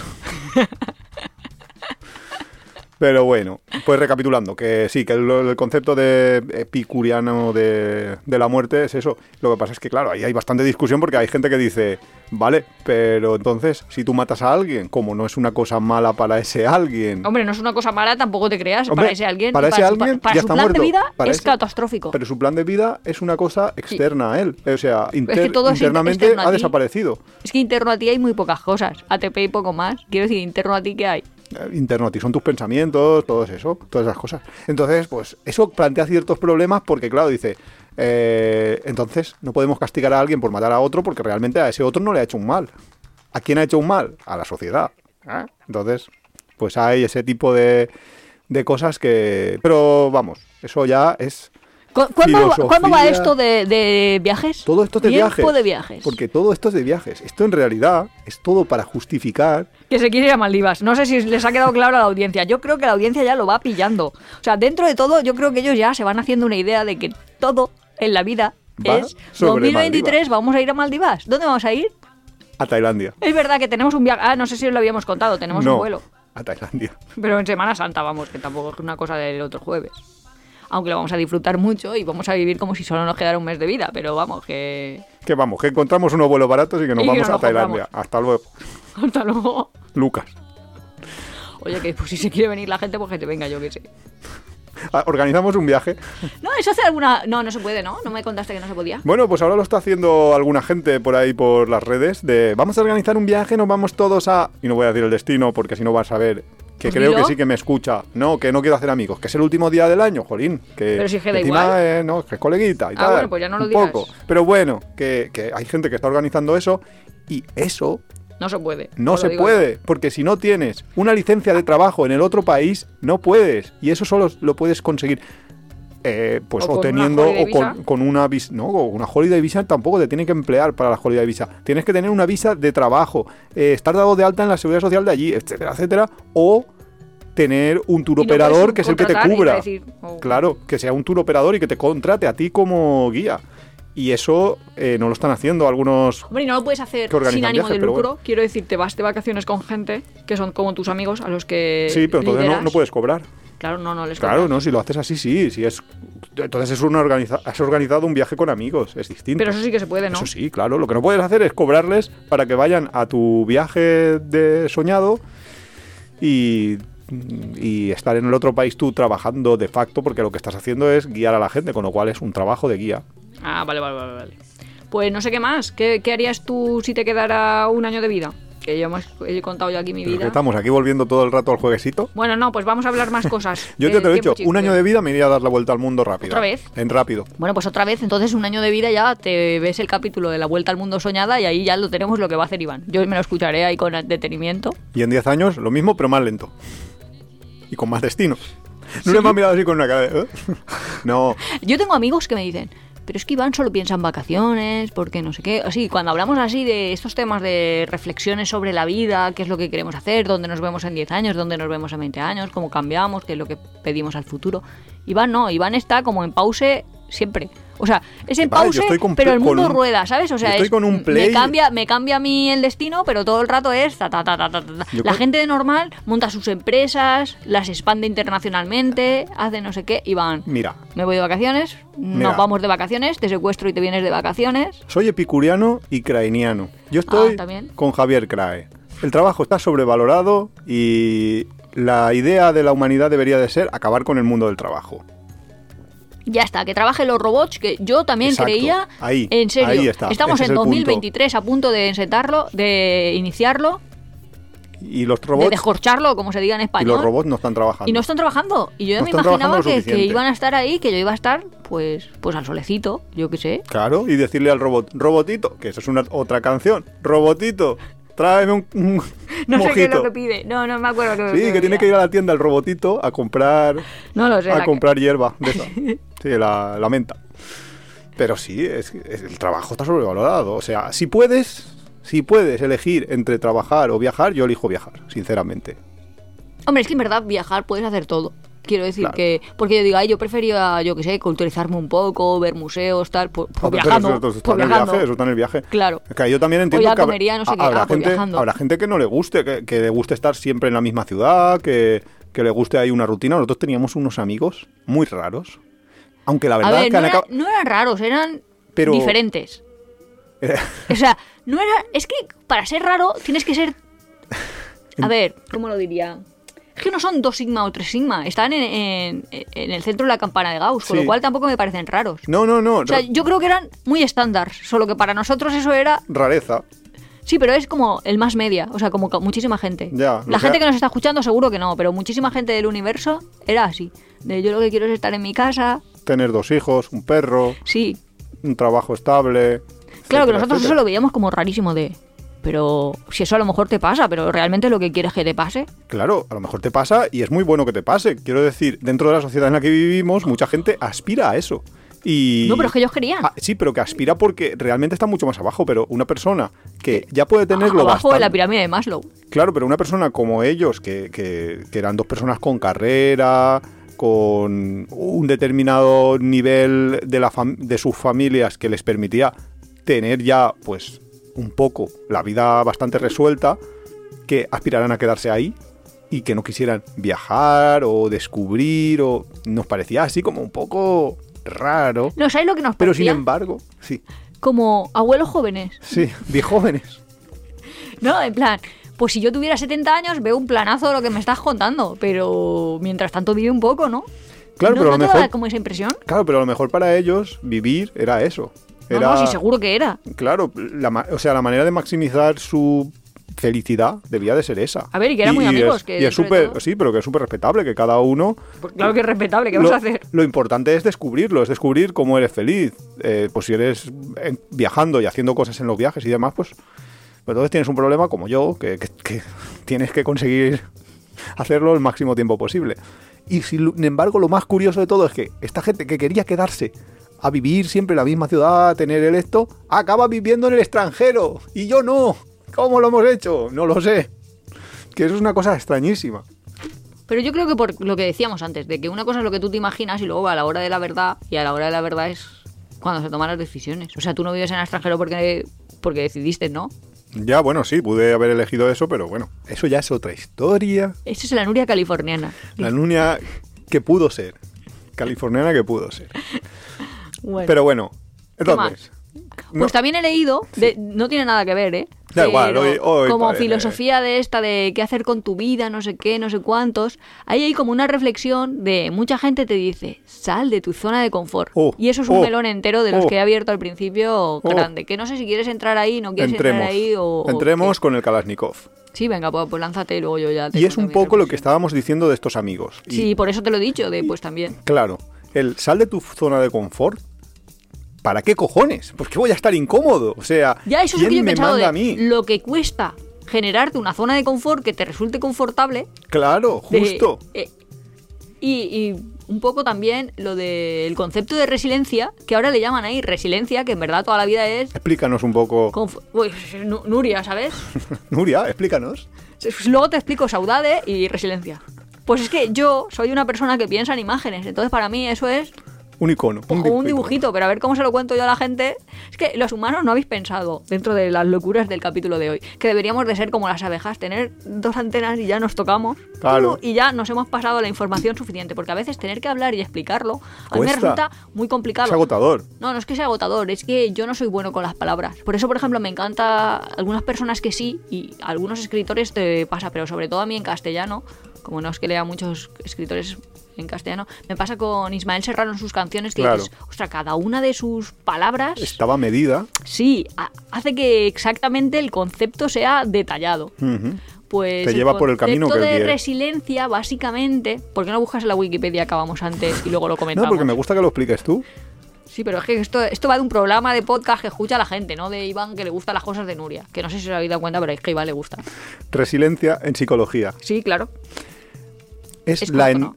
Speaker 2: Pero bueno, pues recapitulando, que sí, que el, el concepto de epicuriano de, de la muerte es eso. Lo que pasa es que, claro, ahí hay bastante discusión porque hay gente que dice, vale, pero entonces, si tú matas a alguien, como no es una cosa mala para ese alguien,
Speaker 1: Hombre, no es una cosa mala, tampoco te creas.
Speaker 2: Hombre,
Speaker 1: para ese alguien,
Speaker 2: para
Speaker 1: y
Speaker 2: ese
Speaker 1: su-
Speaker 2: alguien
Speaker 1: para
Speaker 2: ya
Speaker 1: su
Speaker 2: está
Speaker 1: plan
Speaker 2: muerto.
Speaker 1: de vida
Speaker 2: Para
Speaker 1: es
Speaker 2: ese-
Speaker 1: catastrófico.
Speaker 2: pero su plan de vida es una cosa externa a él. O sea, inter-
Speaker 1: que todo es in-
Speaker 2: internamente
Speaker 1: externo a
Speaker 2: ha
Speaker 1: ti.
Speaker 2: desaparecido.
Speaker 1: Es que interno a ti hay muy pocas cosas. ATP y poco más. Quiero decir, interno a ti que hay.
Speaker 2: eh, interno a ti, son tus pensamientos, todo eso, todas esas cosas. Entonces, pues eso plantea ciertos problemas porque, claro, dice, eh, entonces no podemos castigar a alguien por matar a otro porque realmente a ese otro no le ha hecho un mal. ¿A quién ha hecho un mal? A la sociedad. ¿eh? Entonces, pues hay ese tipo de, de cosas que... Pero vamos, eso ya es...
Speaker 1: ¿Cu- ¿Cuándo, va-
Speaker 2: Filosofía.
Speaker 1: cuándo va esto de, de viajes?
Speaker 2: Todo esto es de
Speaker 1: Tiempo
Speaker 2: viajes.
Speaker 1: de viajes.
Speaker 2: Porque todo esto es de viajes. Esto en realidad es todo para justificar
Speaker 1: Que se quiere ir a Maldivas. No sé si les ha quedado claro a la audiencia. Yo creo que la audiencia ya lo va pillando. O sea, dentro de todo, yo creo que ellos ya se van haciendo una idea de que todo en la vida
Speaker 2: Va
Speaker 1: es
Speaker 2: sobre
Speaker 1: 2023
Speaker 2: Maldivas.
Speaker 1: vamos a ir a Maldivas. ¿Dónde vamos a ir?
Speaker 2: a Tailandia.
Speaker 1: Es verdad que tenemos un viaje. Ah, no sé si os lo habíamos contado. Tenemos
Speaker 2: no,
Speaker 1: un vuelo.
Speaker 2: a Tailandia.
Speaker 1: Pero en Semana Santa vamos, que tampoco es una cosa del otro jueves. Aunque lo vamos a disfrutar mucho y vamos a vivir como si solo nos quedara un mes de vida. Pero vamos, que.
Speaker 2: Que vamos, que encontramos unos vuelos baratos y que nos
Speaker 1: Y que
Speaker 2: vamos
Speaker 1: nos
Speaker 2: a
Speaker 1: los
Speaker 2: Tailandia. Hasta luego,
Speaker 1: Hasta luego.
Speaker 2: Lucas.
Speaker 1: Oye, que pues, si se quiere venir la gente, pues que se venga, yo que sé.
Speaker 2: Ah, Organizamos un viaje.
Speaker 1: No, eso hace alguna. No, no se puede, ¿no? No me contaste que no se podía.
Speaker 2: Bueno, pues ahora lo está haciendo alguna gente por ahí por las redes de vamos a organizar un viaje, nos vamos todos a... Y no voy a decir el destino porque si no vas a ver que
Speaker 1: Pues
Speaker 2: creo
Speaker 1: dilo.
Speaker 2: que sí que me escucha. No, que no quiero hacer amigos, que es el último día del año, jolín. Que
Speaker 1: Pero si es que da
Speaker 2: encima,
Speaker 1: igual.
Speaker 2: eh, no, que es coleguita y
Speaker 1: Ah,
Speaker 2: tal.
Speaker 1: bueno, pues ya no lo
Speaker 2: un
Speaker 1: digas.
Speaker 2: poco. Pero bueno, que, que hay gente que está organizando eso y eso
Speaker 1: No se puede.
Speaker 2: No
Speaker 1: os lo
Speaker 2: se
Speaker 1: digo
Speaker 2: puede, porque si no tienes una licencia de trabajo en el otro país, no puedes. Y eso solo lo puedes conseguir. eh, pues
Speaker 1: O
Speaker 2: o,
Speaker 1: con una
Speaker 2: teniendo
Speaker 1: holiday
Speaker 2: o con,
Speaker 1: visa.
Speaker 2: con una visa no con una holiday visa tampoco te tienen que emplear para la holiday visa tienes que tener una visa de trabajo eh, estar dado de alta en la seguridad social de allí etcétera etcétera o tener un tour
Speaker 1: yo. Y no
Speaker 2: operador
Speaker 1: puedes
Speaker 2: que es el que te
Speaker 1: contratar y
Speaker 2: cubra
Speaker 1: decir, oh,
Speaker 2: Claro, que sea un tour operador y que te contrate a ti como guía. Y eso eh, no lo están haciendo algunos...
Speaker 1: Hombre, y no lo puedes hacer
Speaker 2: Que organizan
Speaker 1: sin ánimo
Speaker 2: viajes,
Speaker 1: de
Speaker 2: pero
Speaker 1: lucro.
Speaker 2: bueno.
Speaker 1: Quiero decir, te vas de vacaciones con gente que son como tus amigos a los que.
Speaker 2: Sí, pero entonces no,
Speaker 1: Eh, lideras.
Speaker 2: no puedes cobrar.
Speaker 1: Claro, no, no les
Speaker 2: Claro,
Speaker 1: cobras.
Speaker 2: no, si lo haces así, sí. Si es, entonces es una organiza- has organizado un viaje con amigos, es distinto.
Speaker 1: Pero eso sí que se puede, ¿no?
Speaker 2: Eso sí, claro. Lo que no puedes hacer es cobrarles para que vayan a tu viaje de soñado y, y estar en el otro país tú trabajando de facto, porque lo que estás haciendo es guiar a la gente, con lo cual es un trabajo de guía.
Speaker 1: Ah, vale, vale, vale, vale. Pues no sé qué más. ¿Qué, qué harías tú si te quedara un año de vida? Que yo hemos- he contado yo aquí mi
Speaker 2: Pero que
Speaker 1: vida.
Speaker 2: estamos aquí volviendo todo el rato al jueguecito.
Speaker 1: Bueno, no, pues vamos a hablar más cosas.
Speaker 2: Yo
Speaker 1: que
Speaker 2: ya te lo he
Speaker 1: el
Speaker 2: dicho,
Speaker 1: tiempo
Speaker 2: un
Speaker 1: chicle.
Speaker 2: año de vida me iría a dar la vuelta al mundo rápido.
Speaker 1: ¿Otra vez?
Speaker 2: En rápido.
Speaker 1: Bueno, pues otra vez, entonces un año de vida ya te ves el capítulo de la Vuelta al Mundo Soñada y ahí ya lo tenemos lo que va a hacer Iván. Yo me lo escucharé ahí con detenimiento.
Speaker 2: Y en 10 años lo mismo, pero más lento. Y con más destinos. No le me ha mirado así con una cara de... ¿eh? No,
Speaker 1: Yo tengo amigos que me dicen, pero es que Iván solo piensa en vacaciones, porque no sé qué. Así, cuando hablamos así de estos temas de reflexiones sobre la vida, qué es lo que queremos hacer, dónde nos vemos en 10 años, dónde nos vemos en 20 años, cómo cambiamos, qué es lo que pedimos al futuro. Iván no, Iván está como en pause siempre. O sea, es en
Speaker 2: Vale, yo
Speaker 1: pause,
Speaker 2: estoy con
Speaker 1: pero
Speaker 2: pl-
Speaker 1: el mundo
Speaker 2: con un-
Speaker 1: rueda, ¿sabes? O sea,
Speaker 2: yo estoy
Speaker 1: es-
Speaker 2: con un
Speaker 1: me
Speaker 2: play-
Speaker 1: cambia, me cambia a mí el destino, pero todo el rato es ta, ta, ta, ta, ta, ta. La
Speaker 2: Yo creo-
Speaker 1: gente de normal monta sus empresas, las expande internacionalmente, hace no sé qué, Iván.
Speaker 2: mira,
Speaker 1: Me voy de vacaciones,
Speaker 2: Mira.
Speaker 1: nos vamos de vacaciones, te secuestro y te vienes de vacaciones.
Speaker 2: Soy epicuriano y crainiano. Yo estoy
Speaker 1: Ah, también.
Speaker 2: con Javier Crae. El trabajo está sobrevalorado y la idea de la humanidad debería de ser acabar con el mundo del trabajo.
Speaker 1: Ya está, que trabajen los robots, que yo también
Speaker 2: Exacto,
Speaker 1: creía.
Speaker 2: ahí,
Speaker 1: en serio,
Speaker 2: ahí está,
Speaker 1: estamos
Speaker 2: ese es
Speaker 1: en
Speaker 2: el punto.
Speaker 1: 2023 a punto de encetarlo, de iniciarlo,
Speaker 2: Y los
Speaker 1: de
Speaker 2: robots,
Speaker 1: descorcharlo, como se diga en
Speaker 2: y
Speaker 1: español.
Speaker 2: los robots no están trabajando.
Speaker 1: Y no están trabajando. Y yo ya
Speaker 2: No
Speaker 1: me
Speaker 2: están trabajando
Speaker 1: imaginaba
Speaker 2: lo
Speaker 1: que, que
Speaker 2: suficiente.
Speaker 1: iban a estar ahí, que yo iba a estar, pues, pues al solecito, yo qué sé.
Speaker 2: Claro, y decirle al robot, robotito, que eso es una otra canción, robotito, tráeme un, un
Speaker 1: No sé qué es lo
Speaker 2: mojito".
Speaker 1: que pide. No, no me acuerdo qué
Speaker 2: Sí, que tiene que ir a la tienda el robotito a comprar
Speaker 1: No lo sé. la
Speaker 2: a
Speaker 1: que-
Speaker 2: comprar hierba de esa. Sí, la, la menta. Pero sí, es, es- el trabajo está sobrevalorado. O sea, si puedes, si puedes elegir entre trabajar o viajar, yo elijo viajar, sinceramente.
Speaker 1: Hombre, es que en verdad viajar puedes hacer todo. Quiero decir
Speaker 2: Claro.
Speaker 1: que. Porque yo digo, ay, yo prefería, yo qué sé, culturizarme un poco, ver museos, tal. Pues, pues
Speaker 2: Ah, pero
Speaker 1: viajando.
Speaker 2: eso, eso está
Speaker 1: pues
Speaker 2: en el
Speaker 1: viajando.
Speaker 2: viaje, eso está en el viaje.
Speaker 1: Claro.
Speaker 2: Es que yo también entiendo
Speaker 1: ya
Speaker 2: que hab-
Speaker 1: comería, no sé qué.
Speaker 2: habrá,
Speaker 1: Ah, pues
Speaker 2: gente,
Speaker 1: viajando.
Speaker 2: habrá gente que no le guste, que, que le guste estar siempre en la misma ciudad, que, que le guste ahí una rutina. Nosotros teníamos unos amigos muy raros. Aunque la
Speaker 1: A
Speaker 2: verdad
Speaker 1: ver,
Speaker 2: que
Speaker 1: no,
Speaker 2: han
Speaker 1: era-
Speaker 2: acabado...
Speaker 1: no eran raros, eran
Speaker 2: Pero-
Speaker 1: diferentes. O sea, no era. Es que para ser raro tienes que ser. A ver, ¿cómo lo diría? Es que no son dos sigma o tres sigma. Están en, en- en el centro de la campana de Gauss, con
Speaker 2: Sí.
Speaker 1: lo cual tampoco me parecen raros.
Speaker 2: No, no, no.
Speaker 1: O sea, yo creo que eran muy estándar, solo que para nosotros eso era
Speaker 2: Rareza.
Speaker 1: Sí, pero es como el más media, o sea, como ca- muchísima gente.
Speaker 2: Ya,
Speaker 1: la
Speaker 2: o sea-
Speaker 1: gente que nos está escuchando seguro que no, pero muchísima gente del universo era así. De yo lo que quiero es estar en mi casa,
Speaker 2: Tener dos hijos, un perro,
Speaker 1: sí.
Speaker 2: un trabajo estable.
Speaker 1: Claro que
Speaker 2: etcétera,
Speaker 1: nosotros eso
Speaker 2: etcétera.
Speaker 1: lo veíamos como rarísimo de... Pero si eso a lo mejor te pasa, pero realmente lo que quieres que te pase.
Speaker 2: Claro, a lo mejor te pasa y es muy bueno que te pase. Quiero decir, dentro de la sociedad en la que vivimos, mucha gente aspira a eso. Y...
Speaker 1: No, pero es que ellos querían.
Speaker 2: Ah, sí, pero que aspira porque realmente está mucho más abajo. Pero una persona que ya puede tenerlo
Speaker 1: abajo de la
Speaker 2: bastante.
Speaker 1: pirámide de Maslow.
Speaker 2: Claro, pero una persona como ellos, que, que- que eran dos personas con carrera, con un determinado nivel de, la fam- de sus familias que les permitía tener ya, pues, un poco la vida bastante resuelta, que aspiraran a quedarse ahí y que no quisieran viajar o descubrir o... Nos parecía así como un poco raro.
Speaker 1: No, ¿sabes lo que nos
Speaker 2: Pero sin
Speaker 1: parecía?
Speaker 2: embargo, sí,
Speaker 1: Como abuelos jóvenes,
Speaker 2: sí, de jóvenes.
Speaker 1: ¿no? En plan, pues si yo tuviera 70 años veo un planazo de lo que me estás contando, pero mientras tanto vive un poco, ¿no?
Speaker 2: Claro,
Speaker 1: ¿No,
Speaker 2: pero
Speaker 1: ¿no
Speaker 2: a lo
Speaker 1: te
Speaker 2: mejor...
Speaker 1: daba como esa impresión?
Speaker 2: Claro, pero a lo mejor para ellos vivir era eso. Era,
Speaker 1: No, no, sí, seguro que era.
Speaker 2: Claro, la, ma- o sea, la manera de maximizar su felicidad debía de ser esa.
Speaker 1: A ver, y que eran muy amigos,
Speaker 2: es-
Speaker 1: que
Speaker 2: y es
Speaker 1: sobre
Speaker 2: súper,
Speaker 1: todo-
Speaker 2: sí, pero que es súper respetable, que cada uno...
Speaker 1: Pues claro que es respetable, ¿qué
Speaker 2: lo,
Speaker 1: vas a hacer?
Speaker 2: Lo importante es descubrirlo, es descubrir cómo eres feliz. Eh, pues si eres eh, viajando y haciendo cosas en los viajes y demás, pues... pues entonces tienes un problema como yo, que, que- que tienes que conseguir hacerlo el máximo tiempo posible. Y sin embargo, lo más curioso de todo es que esta gente que quería quedarse a vivir siempre en la misma ciudad, a tener el esto, acaba viviendo en el extranjero. Y yo no. ¿Cómo lo hemos hecho? No lo sé. Que eso es una cosa extrañísima.
Speaker 1: Pero yo creo que por lo que decíamos antes, de que una cosa es lo que tú te imaginas y luego a la hora de la verdad, y a la hora de la verdad es cuando se toman las decisiones. O sea, tú no vives en el extranjero porque, porque decidiste, ¿no?
Speaker 2: Ya, bueno, sí, pude haber elegido eso, pero bueno, eso ya es otra historia.
Speaker 1: Eso es la Nuria californiana.
Speaker 2: La Nuria que pudo ser. Californiana que pudo ser.
Speaker 1: Bueno,
Speaker 2: Pero bueno,
Speaker 1: ¿qué más?
Speaker 2: entonces. no.
Speaker 1: Pues también he leído, de- no tiene nada que ver, ¿eh?
Speaker 2: Da igual,
Speaker 1: Pero
Speaker 2: hoy- hoy
Speaker 1: como
Speaker 2: parece-
Speaker 1: filosofía de esta de qué hacer con tu vida, no sé qué, no sé cuántos, ahí hay como una reflexión de mucha gente te dice, sal de tu zona de confort.
Speaker 2: Oh,
Speaker 1: y eso es un
Speaker 2: oh,
Speaker 1: melón entero de los
Speaker 2: oh.
Speaker 1: que he abierto al principio grande, que no sé si quieres entrar ahí, no quieres
Speaker 2: entremos.
Speaker 1: entrar ahí o... o
Speaker 2: entremos con el Kalashnikov.
Speaker 1: qué. Sí, venga, pues, pues lánzate y luego yo ya... te
Speaker 2: Y es
Speaker 1: cuento
Speaker 2: un
Speaker 1: mi
Speaker 2: poco lo que
Speaker 1: reflexión.
Speaker 2: estábamos diciendo de estos amigos. Y,
Speaker 1: Sí, por eso te lo he dicho, de pues también.
Speaker 2: Claro, el sal de tu zona de confort. ¿Para qué cojones? Pues que voy a estar incómodo. O sea,
Speaker 1: Ya eso es lo
Speaker 2: ¿quién
Speaker 1: que yo he
Speaker 2: me
Speaker 1: pensado
Speaker 2: manda
Speaker 1: de
Speaker 2: a mí?
Speaker 1: lo que cuesta generarte una zona de confort que te resulte confortable.
Speaker 2: Claro,
Speaker 1: de-
Speaker 2: justo.
Speaker 1: eh, y, y un poco también lo del concepto de resiliencia, que ahora le llaman ahí resiliencia, que en verdad toda la vida es...
Speaker 2: Explícanos un poco.
Speaker 1: confo- Uy, Nu- Nuria, ¿sabes?
Speaker 2: Nuria, explícanos.
Speaker 1: Luego te explico saudade y resiliencia. Pues es que yo soy una persona que piensa en imágenes, entonces para mí eso es
Speaker 2: Un icono.
Speaker 1: como un
Speaker 2: icono.
Speaker 1: dibujito, pero a ver cómo se lo cuento yo a la gente. Es que los humanos no habéis pensado, dentro de las locuras del capítulo de hoy, que deberíamos de ser como las abejas, tener dos antenas y ya nos tocamos.
Speaker 2: Claro.
Speaker 1: Y ya nos hemos pasado la información suficiente, porque a veces tener que hablar y explicarlo a mí me
Speaker 2: Cuesta.
Speaker 1: resulta muy complicado.
Speaker 2: Es agotador.
Speaker 1: No, no es que sea agotador, es que yo no soy bueno con las palabras. Por eso, por ejemplo, me encanta algunas personas que sí, y a algunos escritores te pasa, pero sobre todo a mí en castellano, como no es que lea muchos escritores en castellano, me pasa con Ismael Serrano en sus canciones que
Speaker 2: Claro.
Speaker 1: dices, ostras, cada una de sus palabras,
Speaker 2: Estaba medida.
Speaker 1: sí, ha- hace que exactamente el concepto sea detallado.
Speaker 2: Ujú.
Speaker 1: Pues
Speaker 2: Mm. Te lleva por el camino
Speaker 1: concepto
Speaker 2: que él
Speaker 1: de
Speaker 2: quiere.
Speaker 1: resiliencia, básicamente, ¿por qué no buscas en la Wikipedia que acabamos antes y luego lo comentamos?
Speaker 2: No, porque me gusta que lo expliques tú.
Speaker 1: Sí, pero es que esto, esto va de un programa de podcast que escucha la gente, ¿no? De Iván que le gustan las cosas de Nuria. Que no sé si os habéis dado cuenta, pero es que a Iván le gusta.
Speaker 2: Resiliencia en psicología.
Speaker 1: Sí, claro.
Speaker 2: Es,
Speaker 1: Es
Speaker 2: la.
Speaker 1: corto,
Speaker 2: en-
Speaker 1: ¿no?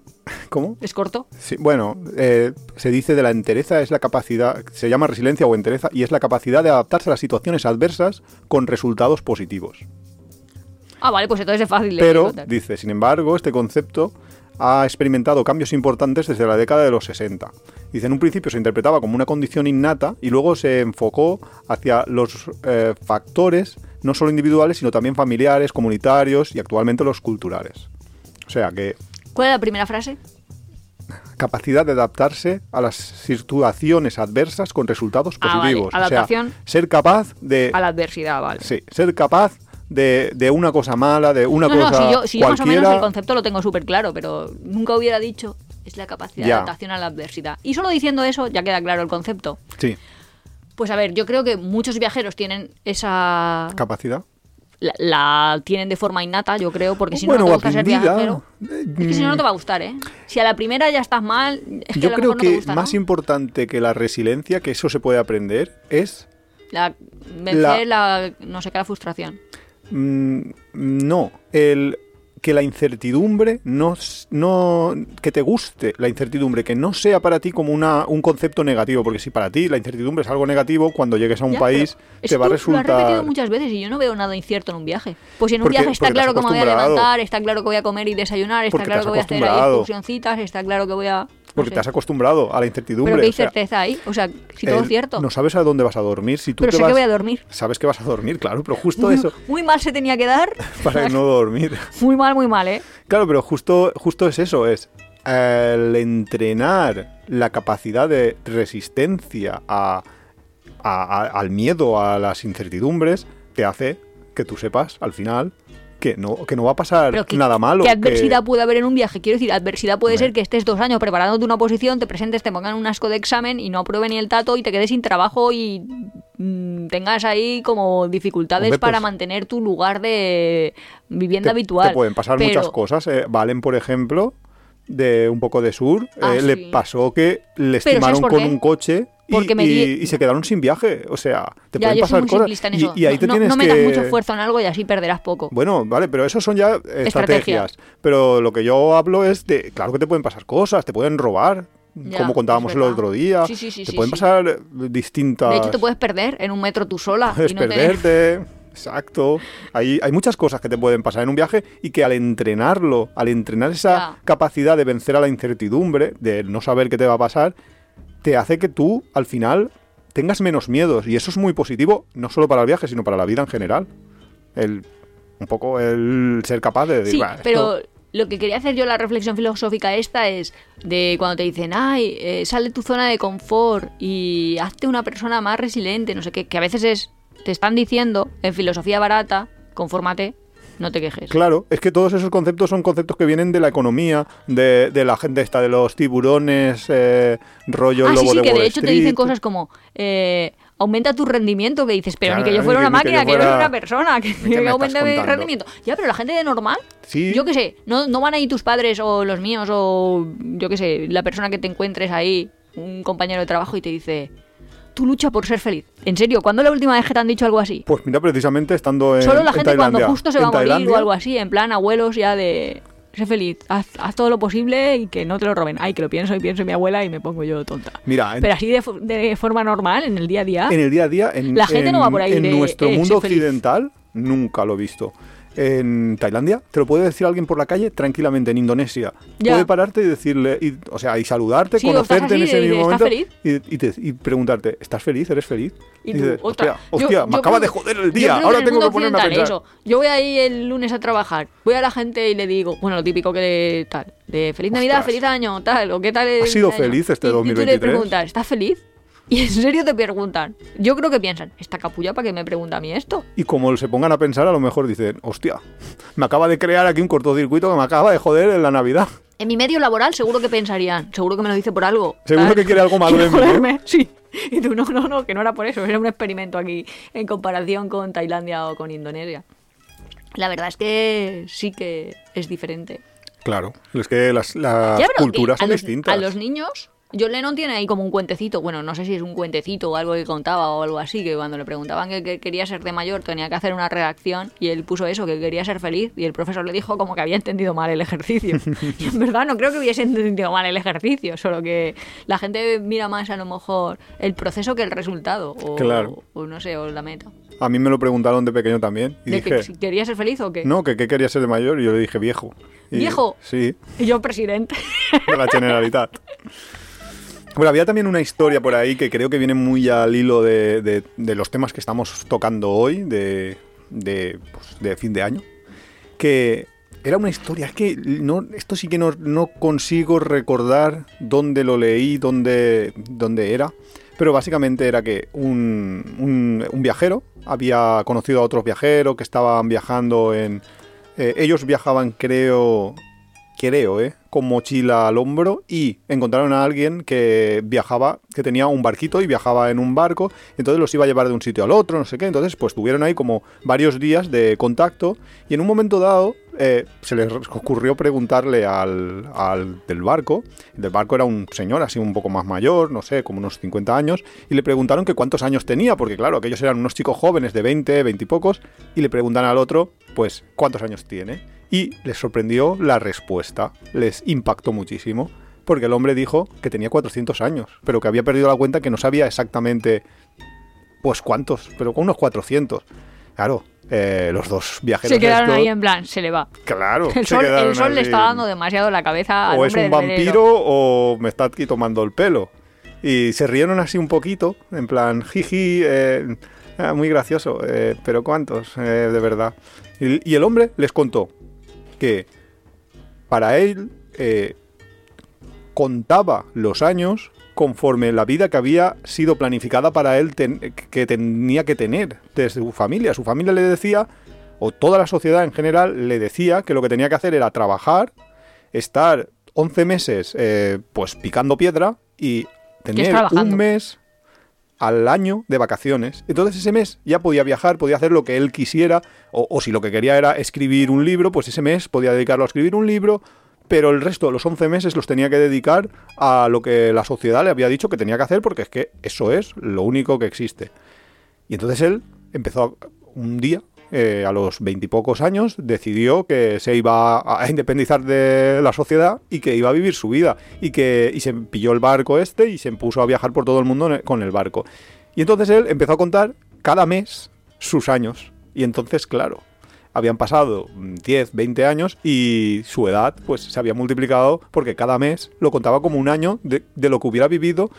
Speaker 2: ¿Cómo?
Speaker 1: Es corto.
Speaker 2: Sí, bueno, eh, se dice de la entereza es la capacidad, se llama resiliencia o entereza, y es la capacidad de adaptarse a las situaciones adversas con resultados positivos.
Speaker 1: Ah, vale, pues entonces es fácil. de
Speaker 2: Pero,
Speaker 1: contar.
Speaker 2: dice, sin embargo, este concepto ha experimentado cambios importantes desde la década de los 60. Dice, en un principio se interpretaba como una condición innata y luego se enfocó hacia los eh, factores, no solo individuales, sino también familiares, comunitarios y actualmente los culturales. O sea que
Speaker 1: ¿Cuál es la primera frase?
Speaker 2: capacidad de adaptarse a las situaciones adversas con resultados
Speaker 1: Ah, vale.
Speaker 2: positivos. O
Speaker 1: Adaptación.
Speaker 2: sea, ser capaz de.
Speaker 1: A la adversidad, vale.
Speaker 2: Eh, Sí, ser capaz de, de una cosa mala, de una
Speaker 1: no,
Speaker 2: cosa
Speaker 1: no, si yo, si yo más o
Speaker 2: cualquiera.
Speaker 1: menos el concepto lo tengo súper claro, pero nunca hubiera dicho es la capacidad de
Speaker 2: Ya.
Speaker 1: adaptación a la adversidad. Y solo diciendo eso ya queda claro el concepto.
Speaker 2: Sí,
Speaker 1: Pues a ver, yo creo que muchos viajeros tienen esa...
Speaker 2: capacidad.
Speaker 1: La, la tienen de forma innata, yo creo, porque si
Speaker 2: Bueno,
Speaker 1: no, no te
Speaker 2: o
Speaker 1: gusta ser
Speaker 2: aprendida.
Speaker 1: viajero.
Speaker 2: Eh,
Speaker 1: Es que si no, no te va a gustar, ¿eh? Si a la primera ya estás mal, es que a
Speaker 2: Yo
Speaker 1: lo
Speaker 2: creo
Speaker 1: mejor no te
Speaker 2: que
Speaker 1: gusta, ¿no?
Speaker 2: más importante que la resiliencia, que eso se puede aprender, es
Speaker 1: La, vencer la... no sé qué, la frustración.
Speaker 2: Mm, no, el que la incertidumbre no, s- no que te guste la incertidumbre, que no sea para ti como una, un concepto negativo, porque si para ti la incertidumbre es algo negativo, cuando llegues a un
Speaker 1: Ya,
Speaker 2: país
Speaker 1: pero
Speaker 2: te
Speaker 1: es que
Speaker 2: va a
Speaker 1: tú Lo has repetido
Speaker 2: resultar
Speaker 1: muchas veces y yo no veo nada incierto en un viaje. Pues si en un
Speaker 2: Porque-
Speaker 1: viaje está
Speaker 2: porque te has
Speaker 1: claro que me voy a
Speaker 2: acostumbrado.
Speaker 1: levantar, está claro que voy a comer y desayunar, está
Speaker 2: Porque te
Speaker 1: claro
Speaker 2: has
Speaker 1: que voy a hacer ahí
Speaker 2: acostumbrado.
Speaker 1: excursioncitas, está claro que voy a... no
Speaker 2: porque
Speaker 1: sé.
Speaker 2: te has acostumbrado a la incertidumbre.
Speaker 1: Pero que hay
Speaker 2: o sea,
Speaker 1: certeza ahí, o sea, si todo
Speaker 2: el-
Speaker 1: es cierto.
Speaker 2: No sabes a dónde vas a dormir, si tú
Speaker 1: pero
Speaker 2: te
Speaker 1: sé
Speaker 2: vas-
Speaker 1: que voy a dormir.
Speaker 2: sabes que vas a dormir, claro, pero justo eso
Speaker 1: Muy mal se tenía que dar.
Speaker 2: para no dormir.
Speaker 1: Muy mal, muy mal, ¿eh?
Speaker 2: Claro, pero justo, justo es eso, es el entrenar la capacidad de resistencia a- a- a- al miedo, a las incertidumbres, te hace que tú sepas al final que no, que no va a pasar
Speaker 1: Pero que-
Speaker 2: nada malo.
Speaker 1: ¿Qué
Speaker 2: que-
Speaker 1: adversidad puede haber en un viaje? Quiero decir, adversidad puede
Speaker 2: Hombre.
Speaker 1: ser que estés dos años preparándote una posición, te presentes, te pongan un asco de examen y no aprueben ni el tato y te quedes sin trabajo y mm, tengas ahí como dificultades
Speaker 2: Hombre, pues,
Speaker 1: para mantener tu lugar de vivienda
Speaker 2: te-
Speaker 1: habitual.
Speaker 2: te pueden pasar
Speaker 1: Pero-
Speaker 2: muchas cosas. eh. Valen, por ejemplo, de un poco de sur,
Speaker 1: Ah,
Speaker 2: eh, le
Speaker 1: sí.
Speaker 2: pasó que le
Speaker 1: ¿sabes
Speaker 2: estimaron
Speaker 1: por
Speaker 2: con
Speaker 1: qué?
Speaker 2: un coche y,
Speaker 1: Porque me
Speaker 2: y-
Speaker 1: di-
Speaker 2: y se quedaron sin viaje. O sea, te
Speaker 1: Ya,
Speaker 2: pueden
Speaker 1: yo soy
Speaker 2: pasar
Speaker 1: muy
Speaker 2: cosas.
Speaker 1: simplista en
Speaker 2: y,
Speaker 1: eso.
Speaker 2: y ahí
Speaker 1: no,
Speaker 2: te
Speaker 1: no-
Speaker 2: tienes
Speaker 1: no metas
Speaker 2: que-
Speaker 1: mucho esfuerzo en algo y así perderás poco.
Speaker 2: Bueno, vale, pero eso son ya eh,
Speaker 1: Estrategias.
Speaker 2: estrategias. Pero lo que yo hablo es de, claro que te pueden pasar cosas, te pueden robar,
Speaker 1: Ya,
Speaker 2: como contábamos
Speaker 1: es
Speaker 2: el
Speaker 1: verdad.
Speaker 2: otro día.
Speaker 1: Sí, sí, sí,
Speaker 2: te
Speaker 1: sí,
Speaker 2: pueden
Speaker 1: sí.
Speaker 2: pasar eh, distintas...
Speaker 1: de hecho, te puedes perder en un metro tú sola.
Speaker 2: puedes
Speaker 1: y no tener-
Speaker 2: perderte, exacto. Hay, hay muchas cosas que te pueden pasar en un viaje y que al entrenarlo, al entrenar esa
Speaker 1: Ya.
Speaker 2: capacidad de vencer a la incertidumbre, de no saber qué te va a pasar, te hace que tú, al final, tengas menos miedos. Y eso es muy positivo, no solo para el viaje, sino para la vida en general. El, un poco el ser capaz de decir,
Speaker 1: Sí,
Speaker 2: "Bah, esto-
Speaker 1: pero lo que quería hacer yo la reflexión filosófica esta es de cuando te dicen, ay, eh, sal de tu zona de confort y hazte una persona más resiliente, no sé qué, que a veces es, te están diciendo en filosofía barata, confórmate, no te quejes.
Speaker 2: Claro, es que todos esos conceptos son conceptos que vienen de la economía, de, de la gente esta, de los tiburones, eh, rollo
Speaker 1: ah, sí,
Speaker 2: lobo
Speaker 1: sí,
Speaker 2: de
Speaker 1: que
Speaker 2: Wall
Speaker 1: de hecho te
Speaker 2: Street.
Speaker 1: dicen cosas como, eh, aumenta tu rendimiento, que dices, pero ni
Speaker 2: Claro,
Speaker 1: que yo fuera
Speaker 2: ni
Speaker 1: una
Speaker 2: que- ni que
Speaker 1: máquina,
Speaker 2: yo
Speaker 1: que yo soy
Speaker 2: fuera-
Speaker 1: una persona, que,
Speaker 2: me estás
Speaker 1: aumente mi
Speaker 2: contando?
Speaker 1: rendimiento. Ya, pero la gente de normal,
Speaker 2: Sí.
Speaker 1: yo qué sé, no, no van ahí tus padres o los míos o yo qué sé, la persona que te encuentres ahí, un compañero de trabajo y te dice, tú lucha por ser feliz. En serio, ¿cuándo la última vez que te han dicho algo así?
Speaker 2: Pues mira, precisamente estando Eh, en
Speaker 1: Solo la
Speaker 2: en
Speaker 1: gente cuando
Speaker 2: Tailandia.
Speaker 1: justo se va
Speaker 2: En
Speaker 1: a morir o
Speaker 2: Tailandia,
Speaker 1: algo así, en plan abuelos ya de... Sé feliz, haz, haz todo lo posible y que no te lo roben. Ay, que lo pienso y pienso en mi abuela y me pongo yo tonta.
Speaker 2: Mira, en-
Speaker 1: Pero así de, fo- de forma normal, en el día a día.
Speaker 2: en el día a día, en,
Speaker 1: La gente
Speaker 2: en-
Speaker 1: no va por ahí
Speaker 2: en
Speaker 1: de,
Speaker 2: nuestro
Speaker 1: "Eh,
Speaker 2: mundo
Speaker 1: soy feliz".
Speaker 2: occidental, nunca lo he visto. En Tailandia, te lo puede decir alguien por la calle tranquilamente, en Indonesia.
Speaker 1: Ya.
Speaker 2: Puede pararte y decirle, y- o sea, y saludarte,
Speaker 1: Sí, o estás
Speaker 2: conocerte en
Speaker 1: así
Speaker 2: ese
Speaker 1: y
Speaker 2: mismo
Speaker 1: dices,
Speaker 2: momento.
Speaker 1: "¿Estás
Speaker 2: Y, y te- y preguntarte, ¿estás feliz? ¿Eres feliz?
Speaker 1: Y tú,
Speaker 2: dices,
Speaker 1: otra.
Speaker 2: hostia, hostia,
Speaker 1: Yo-
Speaker 2: me
Speaker 1: yo
Speaker 2: acaba
Speaker 1: creo
Speaker 2: de
Speaker 1: que-
Speaker 2: joder el
Speaker 1: yo
Speaker 2: día.
Speaker 1: creo que
Speaker 2: Ahora
Speaker 1: en el
Speaker 2: tengo que
Speaker 1: mundo
Speaker 2: ponerme a
Speaker 1: occidental,
Speaker 2: pensar.
Speaker 1: eso. Yo voy ahí el lunes a trabajar, voy a la gente y le digo, bueno, lo típico que le- tal, de feliz Navidad,
Speaker 2: Ostras.
Speaker 1: feliz año, tal, o qué tal el
Speaker 2: ¿Has sido
Speaker 1: año?
Speaker 2: feliz este
Speaker 1: Y- Y,
Speaker 2: 2023?
Speaker 1: tú le preguntas, ¿estás feliz? Y en serio te preguntan. Yo creo que piensan, ¿esta capulla para qué me pregunta a mí esto?
Speaker 2: Y como se pongan a pensar, a lo mejor dicen, hostia, me acaba de crear aquí un cortocircuito que me acaba de joder en la Navidad.
Speaker 1: En mi medio laboral seguro que pensarían, seguro que me lo dice por algo.
Speaker 2: Seguro que quiere algo malo
Speaker 1: Quiere
Speaker 2: de mí, ¿no?
Speaker 1: joderme, sí. Y tú, no, no, no, que no era por eso, era un experimento aquí en comparación con Tailandia o con Indonesia. La verdad es que sí que es diferente.
Speaker 2: Claro, es que las, las
Speaker 1: Ya, pero que
Speaker 2: culturas
Speaker 1: a
Speaker 2: son
Speaker 1: los-
Speaker 2: distintas.
Speaker 1: A los niños, John Lennon tiene ahí como un cuentecito, bueno, no sé si es un cuentecito o algo que contaba o algo así, que cuando le preguntaban que, que quería ser de mayor tenía que hacer una redacción y él puso eso, que quería ser feliz y el profesor le dijo como que había entendido mal el ejercicio. y en verdad no creo que hubiese entendido mal el ejercicio, solo que la gente mira más a lo mejor el proceso que el resultado o,
Speaker 2: Claro.
Speaker 1: o no sé, o la meta.
Speaker 2: A mí me lo preguntaron de pequeño también. Y
Speaker 1: De
Speaker 2: dije,
Speaker 1: que si quería ser feliz o qué.
Speaker 2: no, que qué quería ser de mayor. Y yo le dije, viejo. Y-
Speaker 1: ¿Viejo?
Speaker 2: Sí,
Speaker 1: Y yo presidente.
Speaker 2: de la Generalitat. Bueno, había también una historia por ahí que creo que viene muy al hilo de, de- de los temas que estamos tocando hoy, de, de, pues, de fin de año, que era una historia, es que no, esto sí que no, no consigo recordar dónde lo leí, dónde, dónde era, pero básicamente era que un, un- un viajero había conocido a otros viajeros que estaban viajando en... eh, ellos viajaban, creo, creo, ¿eh? con mochila al hombro y encontraron a alguien que viajaba, que tenía un barquito y viajaba en un barco, entonces los iba a llevar de un sitio al otro, no sé qué, entonces pues tuvieron ahí como varios días de contacto y en un momento dado eh, se les ocurrió preguntarle al, al del barco, el del barco era un señor así un poco más mayor, no sé, como unos 50 años, y le preguntaron que cuántos años tenía, porque claro, aquellos eran unos chicos jóvenes de 20, 20 y pocos, y le preguntan al otro, pues, ¿cuántos años tiene? Y les sorprendió la respuesta, les impactó muchísimo, porque el hombre dijo que tenía 400 años, pero que había perdido la cuenta que no sabía exactamente, pues cuántos, pero con unos 400. Claro, eh, los dos viajeros
Speaker 1: Se quedaron
Speaker 2: estos-
Speaker 1: ahí en plan, se le va.
Speaker 2: Claro,
Speaker 1: El
Speaker 2: se
Speaker 1: sol,
Speaker 2: quedaron
Speaker 1: el sol le
Speaker 2: así.
Speaker 1: está dando demasiado la cabeza Ah, al
Speaker 2: O es
Speaker 1: hombre
Speaker 2: un
Speaker 1: del velero.
Speaker 2: vampiro o me está aquí tomando el pelo. Y se rieron así un poquito, en plan, jiji, eh, ah, muy gracioso, eh, pero ¿cuántos? Eh, de verdad. Y, y el hombre les contó que para él eh, contaba los años conforme la vida que había sido planificada para él ten- que tenía que tener desde su familia. Su familia le decía, o toda la sociedad en general le decía que lo que tenía que hacer era trabajar, estar 11 meses eh, pues picando piedra y tener
Speaker 1: trabajando.
Speaker 2: un mes al año de vacaciones. Entonces ese mes ya podía viajar, podía hacer lo que él quisiera, o, o si lo que quería era escribir un libro, pues ese mes podía dedicarlo a escribir un libro, pero el resto, los 11 meses, los tenía que dedicar a lo que la sociedad le había dicho que tenía que hacer, porque es que eso es lo único que existe. Y entonces él empezó a- un día, eh, a los veintipocos años, decidió que se iba a independizar de la sociedad y que iba a vivir su vida. Y que y se pilló el barco este y se puso a viajar por todo el mundo en el- con el barco. Y entonces él empezó a contar cada mes sus años. Y entonces, claro, habían pasado mm, 10, 20 años y su edad pues se había multiplicado porque cada mes lo contaba como un año de, de lo que hubiera vivido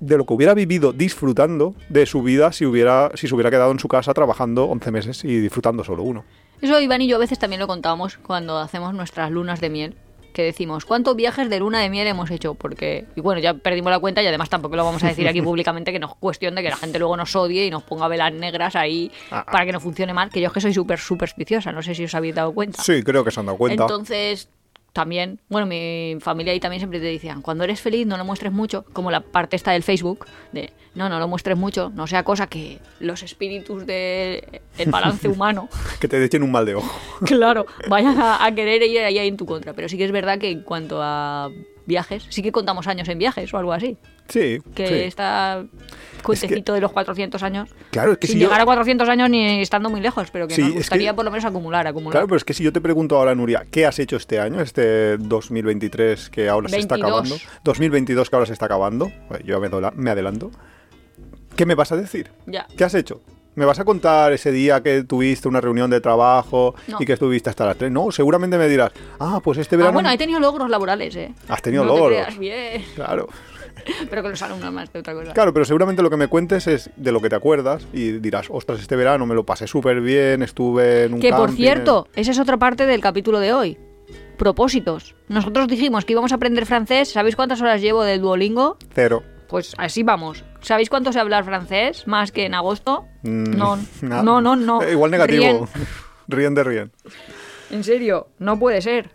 Speaker 2: de lo que hubiera vivido disfrutando de su vida si, hubiera, si se hubiera quedado en su casa trabajando 11 meses y disfrutando solo uno.
Speaker 1: Eso Iván y yo a veces también lo contábamos cuando hacemos nuestras lunas de miel. Que decimos, ¿cuántos viajes de luna de miel hemos hecho? Porque, y bueno, ya perdimos la cuenta y además tampoco lo vamos a decir aquí públicamente, que no es cuestión de que la gente luego nos odie y nos ponga velas negras ahí
Speaker 2: Ah, ah.
Speaker 1: para que no funcione mal, que yo es que soy súper supersticiosa, no sé si os habéis dado cuenta.
Speaker 2: Sí, creo que se han dado cuenta.
Speaker 1: Entonces, también, bueno, mi familia ahí también siempre te decían, cuando eres feliz no lo muestres mucho, como la parte esta del Facebook, de no, no lo muestres mucho, no sea cosa que los espíritus del balance humano,
Speaker 2: que te echen un mal de ojo.
Speaker 1: claro, vayan a, a querer ir ahí en tu contra. Pero sí que es verdad que en cuanto a viajes, sí que contamos años en viajes o algo así.
Speaker 2: Sí.
Speaker 1: Que
Speaker 2: sí.
Speaker 1: está cuentecito de los 400 años.
Speaker 2: Claro, es que
Speaker 1: sin
Speaker 2: si yo-
Speaker 1: llegar a 400 años ni estando muy lejos, pero que
Speaker 2: Sí,
Speaker 1: nos
Speaker 2: es que-
Speaker 1: gustaría por lo menos acumular, acumular.
Speaker 2: Claro, pero es que si yo te pregunto ahora, Nuria, ¿qué has hecho este año, este 2023 que ahora se está
Speaker 1: 22.
Speaker 2: acabando? 2022 que ahora se está acabando. Bueno, Yo me dola- me adelanto. ¿Qué me vas a decir?
Speaker 1: Ya.
Speaker 2: ¿Qué has hecho? ¿Me vas a contar ese día que tuviste una reunión de trabajo
Speaker 1: No.
Speaker 2: y que estuviste hasta las 3? No, seguramente me dirás, ah, pues este
Speaker 1: Ah,
Speaker 2: verano...
Speaker 1: bueno, he tenido logros laborales, ¿eh?
Speaker 2: Has tenido
Speaker 1: No te
Speaker 2: logros.
Speaker 1: creas, bien.
Speaker 2: Claro,
Speaker 1: Pero con los alumnos más que otra cosa.
Speaker 2: claro, pero seguramente lo que me cuentes es de lo que te acuerdas y dirás, ostras, este verano me lo pasé súper bien, estuve en un
Speaker 1: que por
Speaker 2: camping, eh.
Speaker 1: cierto, esa es otra parte del capítulo de hoy. Propósitos. Nosotros dijimos que íbamos a aprender francés. ¿Sabéis cuántas horas llevo de Duolingo?
Speaker 2: en- Cero.
Speaker 1: Pues así vamos. ¿Sabéis cuánto sé hablar francés más que en agosto?
Speaker 2: Mm,
Speaker 1: no,
Speaker 2: na-
Speaker 1: no, no, no.
Speaker 2: Eh, Igual negativo.
Speaker 1: Rien.
Speaker 2: Ríen de ríen.
Speaker 1: En serio, no puede ser.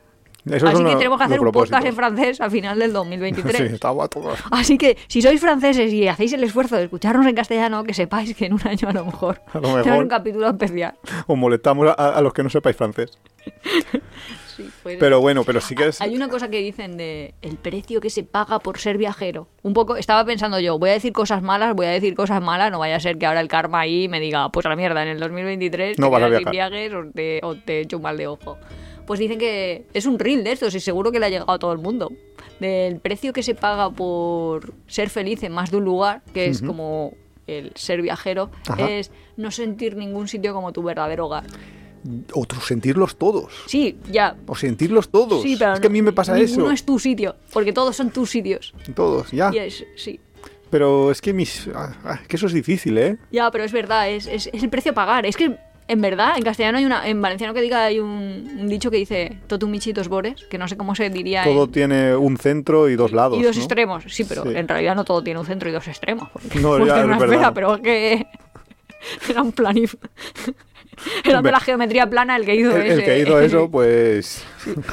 Speaker 2: Esos
Speaker 1: así
Speaker 2: son
Speaker 1: que
Speaker 2: lo-
Speaker 1: tenemos que hacer
Speaker 2: los
Speaker 1: un podcast en
Speaker 2: propósitos.
Speaker 1: francés al final del 2023.
Speaker 2: Sí, está guapo. A
Speaker 1: Así que si sois franceses y hacéis el esfuerzo de escucharnos en castellano, que sepáis que en un año a lo mejor,
Speaker 2: A lo
Speaker 1: tenemos
Speaker 2: mejor.
Speaker 1: un capítulo especial.
Speaker 2: Os molestamos a, a los que no sepáis francés.
Speaker 1: Sí, pues-
Speaker 2: Pero bueno, pero sí que es...
Speaker 1: Hay una cosa que dicen de el precio que se paga por ser viajero. Un poco, estaba pensando yo, voy a decir cosas malas, voy a decir cosas malas, no vaya a ser que ahora el karma ahí me diga, pues a la mierda, en el 2023
Speaker 2: No
Speaker 1: te
Speaker 2: vas a
Speaker 1: quedas sin
Speaker 2: viajar".
Speaker 1: viajes o te, o te echo un mal de ojo. Pues dicen que es un reel de estos y seguro que le ha llegado a todo el mundo. Del precio que se paga por ser feliz en más de un lugar, que es como el ser viajero,
Speaker 2: Ajá.
Speaker 1: es no sentir ningún sitio como tu verdadero hogar.
Speaker 2: Otros sentirlos todos.
Speaker 1: Sí, ya,
Speaker 2: O sentirlos todos.
Speaker 1: Sí, pero
Speaker 2: es que a mí me
Speaker 1: no-
Speaker 2: pasa
Speaker 1: ninguno
Speaker 2: eso. Ah.
Speaker 1: es tu sitio, porque todos son tus sitios.
Speaker 2: Todos, ya.
Speaker 1: Y es- sí.
Speaker 2: Pero es que mis... ah, ah, es que eso es difícil, ¿eh?
Speaker 1: Ya, pero es verdad, es, es- es el precio a pagar. Es que en verdad, en castellano hay una, en valenciano que diga hay un, un dicho que dice totum ichi dos bores, que no sé cómo se diría en-
Speaker 2: Todo tiene un centro y dos lados.
Speaker 1: eh. y dos
Speaker 2: ¿no?
Speaker 1: extremos. Sí, pero
Speaker 2: Sí.
Speaker 1: en realidad no todo tiene un centro y dos extremos. Porque
Speaker 2: No,
Speaker 1: hemos
Speaker 2: ya,
Speaker 1: tenido una
Speaker 2: es verdad.
Speaker 1: esfera, pero es que era un planif. Era de
Speaker 2: Hombre.
Speaker 1: la geometría plana el que hizo
Speaker 2: El, el
Speaker 1: ese-
Speaker 2: que hizo eso, pues...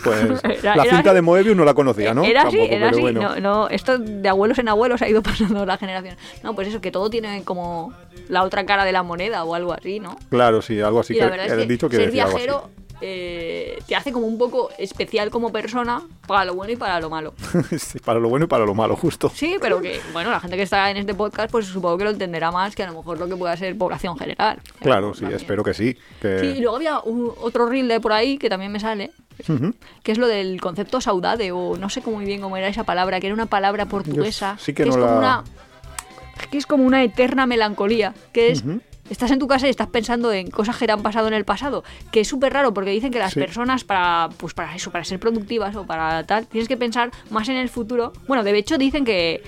Speaker 2: pues
Speaker 1: Era-
Speaker 2: la
Speaker 1: era-
Speaker 2: cinta de Moebius no la conocía, ¿no?
Speaker 1: Era así,
Speaker 2: Tampoco,
Speaker 1: era
Speaker 2: pero
Speaker 1: así.
Speaker 2: bueno.
Speaker 1: No, no, esto de abuelos en abuelos ha ido pasando la generación. No, pues eso, que todo tiene como la otra cara de la moneda o algo así, ¿no?
Speaker 2: Claro, sí, algo así
Speaker 1: y
Speaker 2: que
Speaker 1: la verdad
Speaker 2: el
Speaker 1: es que
Speaker 2: dicho que
Speaker 1: ser
Speaker 2: decía algo así.
Speaker 1: viajero eh, te hace como un poco especial como persona para lo bueno y para lo malo.
Speaker 2: Sí, para lo bueno y para lo malo, justo.
Speaker 1: Sí, pero que, bueno, la gente que está en este podcast, pues supongo que lo entenderá más que a lo mejor lo que pueda ser población general.
Speaker 2: Claro, sí,
Speaker 1: También.
Speaker 2: espero que sí. que-
Speaker 1: Sí, y luego había un- otro reel de por ahí que también me sale,
Speaker 2: Ujú.
Speaker 1: que es lo del concepto saudade, o no sé cómo muy bien cómo era esa palabra, que era una palabra portuguesa,
Speaker 2: Yo sí que
Speaker 1: pues es
Speaker 2: no
Speaker 1: como
Speaker 2: la-
Speaker 1: una que es como una eterna melancolía, que es
Speaker 2: Ujú.
Speaker 1: estás en tu casa y estás pensando en cosas que te han pasado en el pasado, que es súper raro porque dicen que las
Speaker 2: Sí.
Speaker 1: personas para pues para eso, para ser productivas o para tal, tienes que pensar más en el futuro. Bueno, de hecho dicen que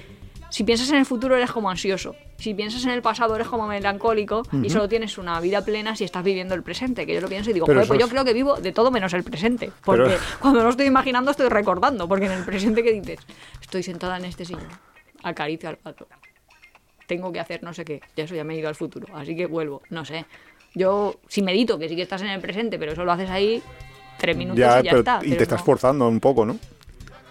Speaker 1: si piensas en el futuro eres como ansioso. Si piensas en el pasado eres como melancólico y solo tienes una vida plena si estás viviendo el presente. Que yo lo pienso y digo,
Speaker 2: Pero
Speaker 1: "Joder,
Speaker 2: eso
Speaker 1: pues yo
Speaker 2: es-
Speaker 1: creo que vivo de todo menos el presente. Porque
Speaker 2: Pero-
Speaker 1: cuando no estoy imaginando estoy recordando. Porque en el presente que dices, estoy sentada en este sillón, acaricio al pato, tengo que hacer no sé qué, ya eso ya me he ido al futuro, así que vuelvo, no sé. Yo, si medito, que sí que estás en el presente, pero eso lo haces ahí tres minutos
Speaker 2: Ya,
Speaker 1: y ya
Speaker 2: pero-
Speaker 1: está.
Speaker 2: y
Speaker 1: pero
Speaker 2: te estás
Speaker 1: no-
Speaker 2: forzando un poco, ¿no?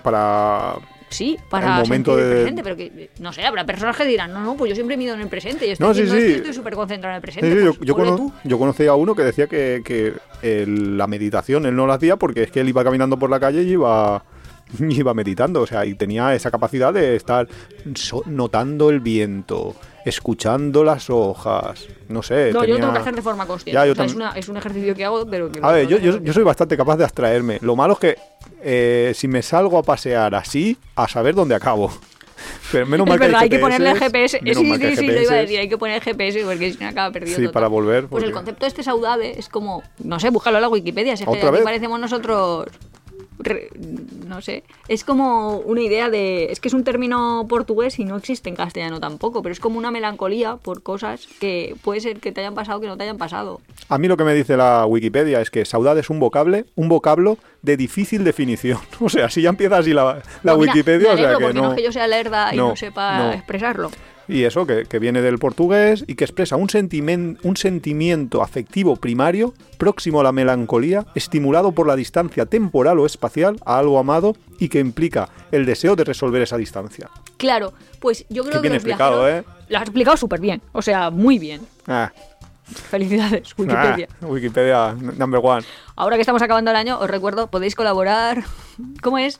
Speaker 2: Para.
Speaker 1: Sí, para
Speaker 2: el momento
Speaker 1: sentir el
Speaker 2: de-
Speaker 1: presente, pero que, no sé, habrá personas que dirán, no, no, pues yo siempre mido en el presente, y estoy
Speaker 2: No, sí,
Speaker 1: diciendo esto y
Speaker 2: sí.
Speaker 1: estoy súper concentrado en el
Speaker 2: Sí,
Speaker 1: presente.
Speaker 2: sí, yo,
Speaker 1: pues,
Speaker 2: yo
Speaker 1: ole
Speaker 2: cono-
Speaker 1: tú.
Speaker 2: yo conocí a uno que decía que, que el- la meditación él no la hacía porque es que él iba caminando por la calle y iba, y iba meditando, o sea, y tenía esa capacidad de estar so- notando el viento, escuchando las hojas, no sé.
Speaker 1: No, yo lo
Speaker 2: eh, tenía-
Speaker 1: tengo que hacer de forma consciente.
Speaker 2: Ya, yo
Speaker 1: O sea, es,
Speaker 2: también-
Speaker 1: una- es un ejercicio que hago, pero que...
Speaker 2: A ver, yo,
Speaker 1: lo-
Speaker 2: yo, yo soy bastante capaz de abstraerme. Lo malo es que eh, si me salgo a pasear así, a saber dónde acabo. Pero menos mal
Speaker 1: es verdad, hay que
Speaker 2: que
Speaker 1: ponerle el GPS.
Speaker 2: GPS.
Speaker 1: Sí,
Speaker 2: menos
Speaker 1: sí,
Speaker 2: mal que hay
Speaker 1: sí, lo iba a
Speaker 2: GPS.
Speaker 1: decir, hay que poner el GPS porque si no acaba perdido.
Speaker 2: Sí,
Speaker 1: total.
Speaker 2: para volver,
Speaker 1: Pues el
Speaker 2: porque-
Speaker 1: ¿eh? concepto este saudade es como, no sé, búscalo en la Wikipedia, si es que
Speaker 2: ¿Otra
Speaker 1: aquí
Speaker 2: vez?
Speaker 1: parecemos nosotros re- no sé, es como una idea de, es que es un término portugués y no existe en castellano tampoco, pero es como una melancolía por cosas que puede ser que te hayan pasado que no te hayan pasado.
Speaker 2: A mí lo que me dice la Wikipedia es que saudade es un vocable, un vocablo de difícil definición. O sea, si ya empieza así la, la
Speaker 1: Pues mira,
Speaker 2: Wikipedia,
Speaker 1: me
Speaker 2: o sea
Speaker 1: alegro
Speaker 2: que
Speaker 1: porque no.
Speaker 2: no.
Speaker 1: es que yo sea lerda y
Speaker 2: No,
Speaker 1: no, sepa
Speaker 2: no.
Speaker 1: expresarlo.
Speaker 2: Y eso, que, que viene del portugués y que expresa un, sentimen- un sentimiento afectivo primario próximo a la melancolía, estimulado por la distancia temporal o espacial a algo amado y que implica el deseo de resolver esa distancia.
Speaker 1: Claro, pues yo creo
Speaker 2: bien
Speaker 1: que los
Speaker 2: explicado, ¿eh?
Speaker 1: viajeros- Lo has explicado súper bien, o sea, muy bien.
Speaker 2: Ah,
Speaker 1: Felicidades, Wikipedia.
Speaker 2: ah, Wikipedia, n- number one.
Speaker 1: Ahora que estamos acabando el año, os recuerdo, podéis colaborar. ¿Cómo es?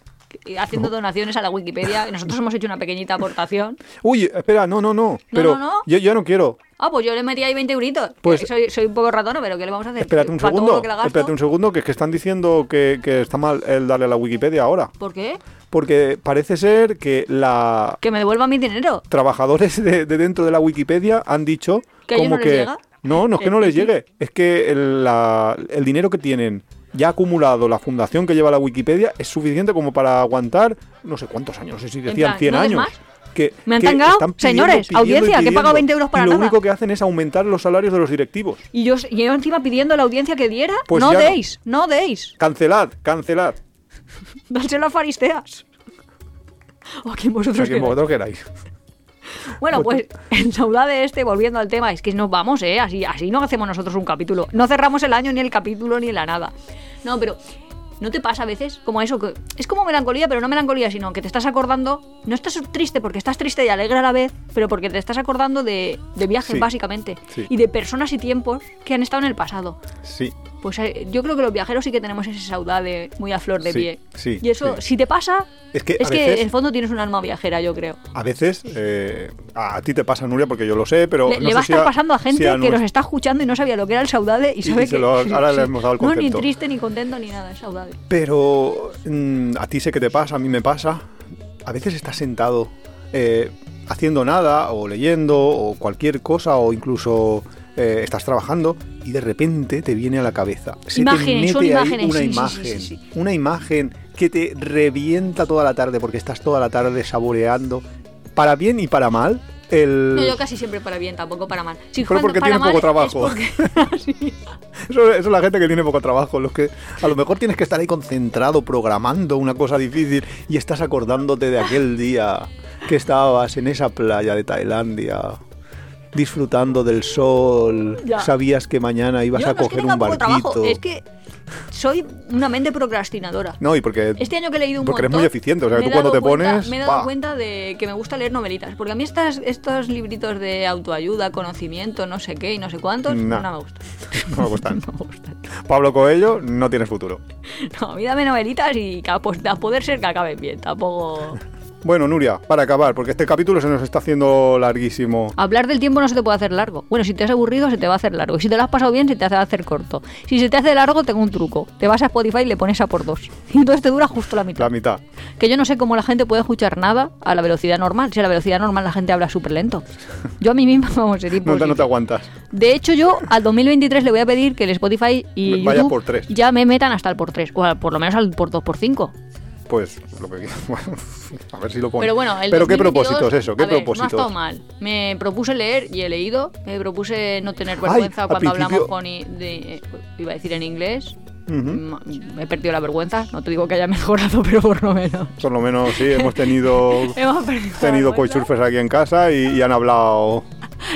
Speaker 1: Haciendo donaciones a la Wikipedia. Nosotros hemos hecho una pequeñita aportación.
Speaker 2: Uy, espera, no, no, no. Pero
Speaker 1: no, no.
Speaker 2: Yo, yo no quiero.
Speaker 1: Ah, pues yo le metí ahí 20 euritos.
Speaker 2: Pues-
Speaker 1: Eh, soy, soy un poco ratón, pero ¿qué le vamos a hacer?
Speaker 2: Espérate un
Speaker 1: Para todo
Speaker 2: segundo.
Speaker 1: lo que la gasto.
Speaker 2: Espérate un segundo, que es que están diciendo que, que está mal el darle a la Wikipedia ahora.
Speaker 1: ¿Por qué?
Speaker 2: Porque parece ser que la,
Speaker 1: Que me devuelvan mi dinero.
Speaker 2: trabajadores de, de dentro de la Wikipedia han dicho
Speaker 1: ¿Que a ellos
Speaker 2: como
Speaker 1: no les
Speaker 2: que
Speaker 1: llega?
Speaker 2: no, no es que no les llegue, es que el, la- el dinero que tienen ya acumulado la fundación que lleva la Wikipedia es suficiente como para aguantar no sé cuántos años, no sé si decían
Speaker 1: plan,
Speaker 2: 100
Speaker 1: ¿no des
Speaker 2: años.
Speaker 1: más?
Speaker 2: Que,
Speaker 1: Me han
Speaker 2: que
Speaker 1: tangao,
Speaker 2: están pidiendo,
Speaker 1: señores,
Speaker 2: pidiendo y
Speaker 1: audiencia, que he
Speaker 2: pidiendo,
Speaker 1: pagado 20 euros para
Speaker 2: y lo
Speaker 1: nada.
Speaker 2: único que hacen es aumentar los salarios de los directivos.
Speaker 1: Y yo, y yo encima pidiendo a la audiencia que diera.
Speaker 2: Pues
Speaker 1: no
Speaker 2: ya no.
Speaker 1: deis, no, deis.
Speaker 2: Cancelad, cancelad.
Speaker 1: Dárselo a fariseas. O a quien
Speaker 2: O sea,
Speaker 1: vosotros queráis.
Speaker 2: quien vosotros queráis.
Speaker 1: Bueno, pues el saudade este, volviendo al tema, es que nos vamos, ¿eh? Así, así no hacemos nosotros un capítulo. No cerramos el año ni el capítulo ni la nada. No, pero ¿no te pasa a veces como eso? que Es como melancolía, pero no melancolía, sino que te estás acordando, no estás triste porque estás triste y alegre a la vez, pero porque te estás acordando de, de viajes,
Speaker 2: Sí,
Speaker 1: básicamente,
Speaker 2: sí.
Speaker 1: y de personas y tiempos que han estado en el pasado.
Speaker 2: Sí,
Speaker 1: Pues eh, yo creo que los viajeros sí que tenemos ese saudade muy a flor de
Speaker 2: Sí,
Speaker 1: pie.
Speaker 2: sí,
Speaker 1: y eso,
Speaker 2: sí.
Speaker 1: si te pasa,
Speaker 2: Es que
Speaker 1: es
Speaker 2: a
Speaker 1: que
Speaker 2: veces-
Speaker 1: en el fondo tienes un alma viajera, yo creo.
Speaker 2: a veces eh, a, a ti te pasa Nuria porque yo lo sé, pero
Speaker 1: Le,
Speaker 2: no
Speaker 1: le
Speaker 2: sé
Speaker 1: va a
Speaker 2: si
Speaker 1: estar pasando a
Speaker 2: si
Speaker 1: gente que
Speaker 2: nues-
Speaker 1: nos está escuchando y no sabía lo que era el saudade y sabe
Speaker 2: se
Speaker 1: que.
Speaker 2: lo- ahora le
Speaker 1: sí,
Speaker 2: hemos dado el
Speaker 1: No es ni
Speaker 2: concepto.
Speaker 1: triste, ni contento, ni nada, es saudade.
Speaker 2: Pero mm, a ti sé que te pasa, a mí me pasa. A veces estás sentado eh, haciendo nada o leyendo o cualquier cosa o incluso eh, estás trabajando y de repente te viene a la cabeza. Se
Speaker 1: Imágenes,
Speaker 2: te mete
Speaker 1: son
Speaker 2: ahí
Speaker 1: imágenes,
Speaker 2: una
Speaker 1: sí, sí,
Speaker 2: imagen.
Speaker 1: sí, sí, sí.
Speaker 2: Una imagen que te revienta toda la tarde porque estás toda la tarde saboreando, para bien y para mal, el...
Speaker 1: No, yo casi siempre para bien, tampoco para mal. Si cuando-
Speaker 2: Solo porque
Speaker 1: para
Speaker 2: tiene poco
Speaker 1: mal es
Speaker 2: trabajo.
Speaker 1: porque- sí.
Speaker 2: Eso, eso es la gente que tiene poco trabajo, los que a lo mejor tienes que estar ahí concentrado, programando una cosa difícil y estás acordándote de aquel día que estabas en esa playa de Tailandia, disfrutando del sol,
Speaker 1: Ya.
Speaker 2: sabías que mañana ibas
Speaker 1: Yo
Speaker 2: a
Speaker 1: no es que
Speaker 2: coger
Speaker 1: tenga
Speaker 2: un
Speaker 1: poco
Speaker 2: barquito.
Speaker 1: trabajo, es que soy una mente procrastinadora.
Speaker 2: No, y porque...
Speaker 1: Este año que he leído un
Speaker 2: Porque eres
Speaker 1: montón,
Speaker 2: muy eficiente, o sea,
Speaker 1: me
Speaker 2: tú
Speaker 1: he
Speaker 2: cuando
Speaker 1: dado
Speaker 2: te
Speaker 1: cuenta-
Speaker 2: pones,
Speaker 1: Me he dado
Speaker 2: ¡pa!
Speaker 1: cuenta de que me gusta leer novelitas. Porque a mí estas, estos libritos de autoayuda, conocimiento, no sé qué y no sé cuántos,
Speaker 2: No.
Speaker 1: no me gustan.
Speaker 2: No me gustan.
Speaker 1: No me gustan.
Speaker 2: Pablo Coelho no tiene futuro.
Speaker 1: No, a mí dame novelitas y que a, pues, a poder ser que acaben bien. Tampoco.
Speaker 2: Bueno, Nuria, para acabar, porque este capítulo se nos está haciendo larguísimo.
Speaker 1: Hablar del tiempo no se te puede hacer largo. Bueno, si te has aburrido, se te va a hacer largo. Y si te lo has pasado bien, se te hace hacer corto. Si se te hace largo, tengo un truco. Te vas a Spotify y le pones a por dos. Y entonces te dura justo la mitad.
Speaker 2: La mitad.
Speaker 1: Que yo no sé cómo la gente puede escuchar nada a la velocidad normal. Si a la velocidad normal la gente habla súper lento. Yo a mí misma, vamos, sería
Speaker 2: No te, no
Speaker 1: imposible.
Speaker 2: te aguantas.
Speaker 1: De hecho, yo al 2023 le voy a pedir que el Spotify y
Speaker 2: Vaya
Speaker 1: YouTube
Speaker 2: por tres.
Speaker 1: ya me metan hasta el por 3. O al- por lo menos al por 2, por 5.
Speaker 2: Pues lo que bueno, a ver si lo ponen.
Speaker 1: Pero bueno, el
Speaker 2: Pero
Speaker 1: 2022,
Speaker 2: qué propósitos eso, qué
Speaker 1: a ver,
Speaker 2: propósitos.
Speaker 1: No ha estado mal. Me propuse leer y he leído. Me propuse no tener vergüenza
Speaker 2: al
Speaker 1: cuando hablamos
Speaker 2: principio-
Speaker 1: con. i- de- eh, iba a decir en inglés.
Speaker 2: Ujú.
Speaker 1: Ma- Me he perdido la vergüenza. No te digo que haya mejorado, pero por lo menos.
Speaker 2: Por lo menos sí, hemos tenido
Speaker 1: Hemos perdido la
Speaker 2: tenido
Speaker 1: vergüenza.
Speaker 2: coisurfers aquí en casa y, y han hablado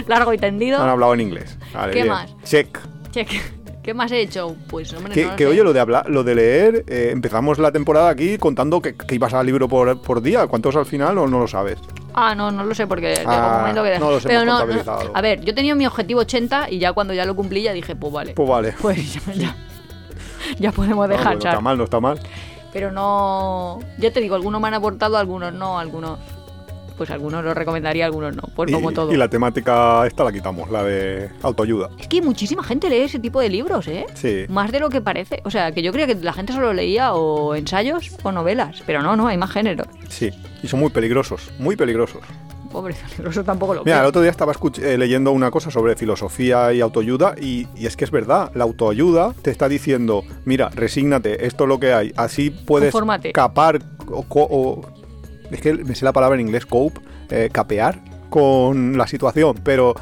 Speaker 1: Largo y tendido.
Speaker 2: han hablado en inglés. Vale,
Speaker 1: ¿Qué
Speaker 2: bien.
Speaker 1: más?
Speaker 2: Check.
Speaker 1: Che, ¿qué, qué más he hecho? Pues hombre,
Speaker 2: Que,
Speaker 1: no lo
Speaker 2: que,
Speaker 1: sé.
Speaker 2: oye, lo de hablar, lo de leer, eh, empezamos la temporada aquí contando que, que ibas al libro por, por día. ¿Cuántos al final o no lo sabes?
Speaker 1: Ah, no, no lo sé porque llegó
Speaker 2: Ah,
Speaker 1: un momento que dejé.
Speaker 2: no los
Speaker 1: pero
Speaker 2: hemos
Speaker 1: no,
Speaker 2: contabilizado.
Speaker 1: A ver, yo tenía mi objetivo 80 y ya cuando ya lo cumplí ya dije, pues vale.
Speaker 2: Pues vale.
Speaker 1: Pues ya, ya, ya podemos
Speaker 2: No,
Speaker 1: dejar
Speaker 2: pues no
Speaker 1: char.
Speaker 2: está mal, no está mal.
Speaker 1: Pero no. Ya te digo, algunos me han aportado, algunos no, algunos. Pues algunos los recomendaría, algunos no. Pues
Speaker 2: Y,
Speaker 1: como todo.
Speaker 2: y la temática esta la quitamos, la de autoayuda.
Speaker 1: Es que muchísima gente lee ese tipo de libros, ¿eh?
Speaker 2: Sí.
Speaker 1: Más de lo que parece. O sea, que yo creía que la gente solo leía o ensayos o novelas. Pero no, no, hay más géneros.
Speaker 2: Sí. Y son muy peligrosos, muy peligrosos.
Speaker 1: Hombre, peligroso tampoco lo
Speaker 2: Mira, el
Speaker 1: creo.
Speaker 2: otro día estaba escuch- eh, leyendo una cosa sobre filosofía y autoayuda y, y es que es verdad, la autoayuda te está diciendo, mira, resígnate, esto es lo que hay, así puedes
Speaker 1: Confórmate.
Speaker 2: capar o, co- o- es que me sé la palabra en inglés, cope, eh, capear con la situación, pero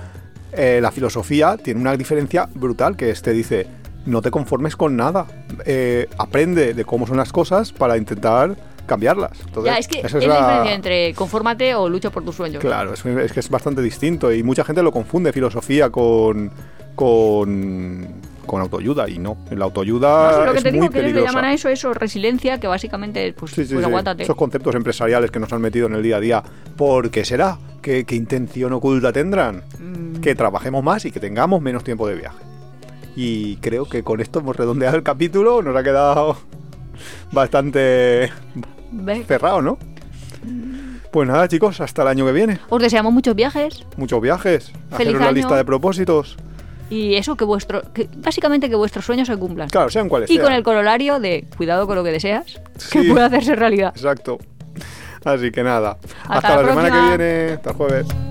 Speaker 2: eh, la filosofía tiene una diferencia brutal que es, te dice, no te conformes con nada, eh, aprende de cómo son las cosas para intentar cambiarlas. Entonces,
Speaker 1: Ya, es que es,
Speaker 2: esa
Speaker 1: la
Speaker 2: la-
Speaker 1: diferencia entre confórmate o lucha por tus sueños.
Speaker 2: ¿eh? Claro, es, es que es bastante distinto y mucha gente lo confunde filosofía con con, con autoayuda y no, la
Speaker 1: No, eso
Speaker 2: autoayuda
Speaker 1: es lo que
Speaker 2: es
Speaker 1: te
Speaker 2: muy
Speaker 1: digo que ellos le
Speaker 2: peligrosa.
Speaker 1: llaman a eso, eso, resiliencia, que básicamente, pues,
Speaker 2: Sí, sí,
Speaker 1: pues
Speaker 2: sí.
Speaker 1: aguántate.
Speaker 2: Esos conceptos empresariales que nos han metido en el día a día, ¿por qué será? ¿Qué, qué intención oculta tendrán?
Speaker 1: Mm.
Speaker 2: Que trabajemos más y que tengamos menos tiempo de viaje. Y creo que con esto hemos redondeado el capítulo, nos ha quedado bastante
Speaker 1: ¿Ves?
Speaker 2: cerrado, ¿no?
Speaker 1: Mm.
Speaker 2: Pues nada, chicos, hasta el año que viene.
Speaker 1: Os deseamos muchos viajes
Speaker 2: muchos viajes, hacer
Speaker 1: Feliz
Speaker 2: una
Speaker 1: año.
Speaker 2: lista de propósitos,
Speaker 1: y eso, que vuestro, que básicamente que vuestros sueños se cumplan.
Speaker 2: claro, sean cuales
Speaker 1: y
Speaker 2: sean.
Speaker 1: con el corolario de cuidado con lo que deseas, que
Speaker 2: Sí.
Speaker 1: pueda hacerse realidad.
Speaker 2: Exacto. Así que nada,
Speaker 1: Hasta
Speaker 2: hasta
Speaker 1: la
Speaker 2: la semana que
Speaker 1: próxima.
Speaker 2: viene, hasta el jueves.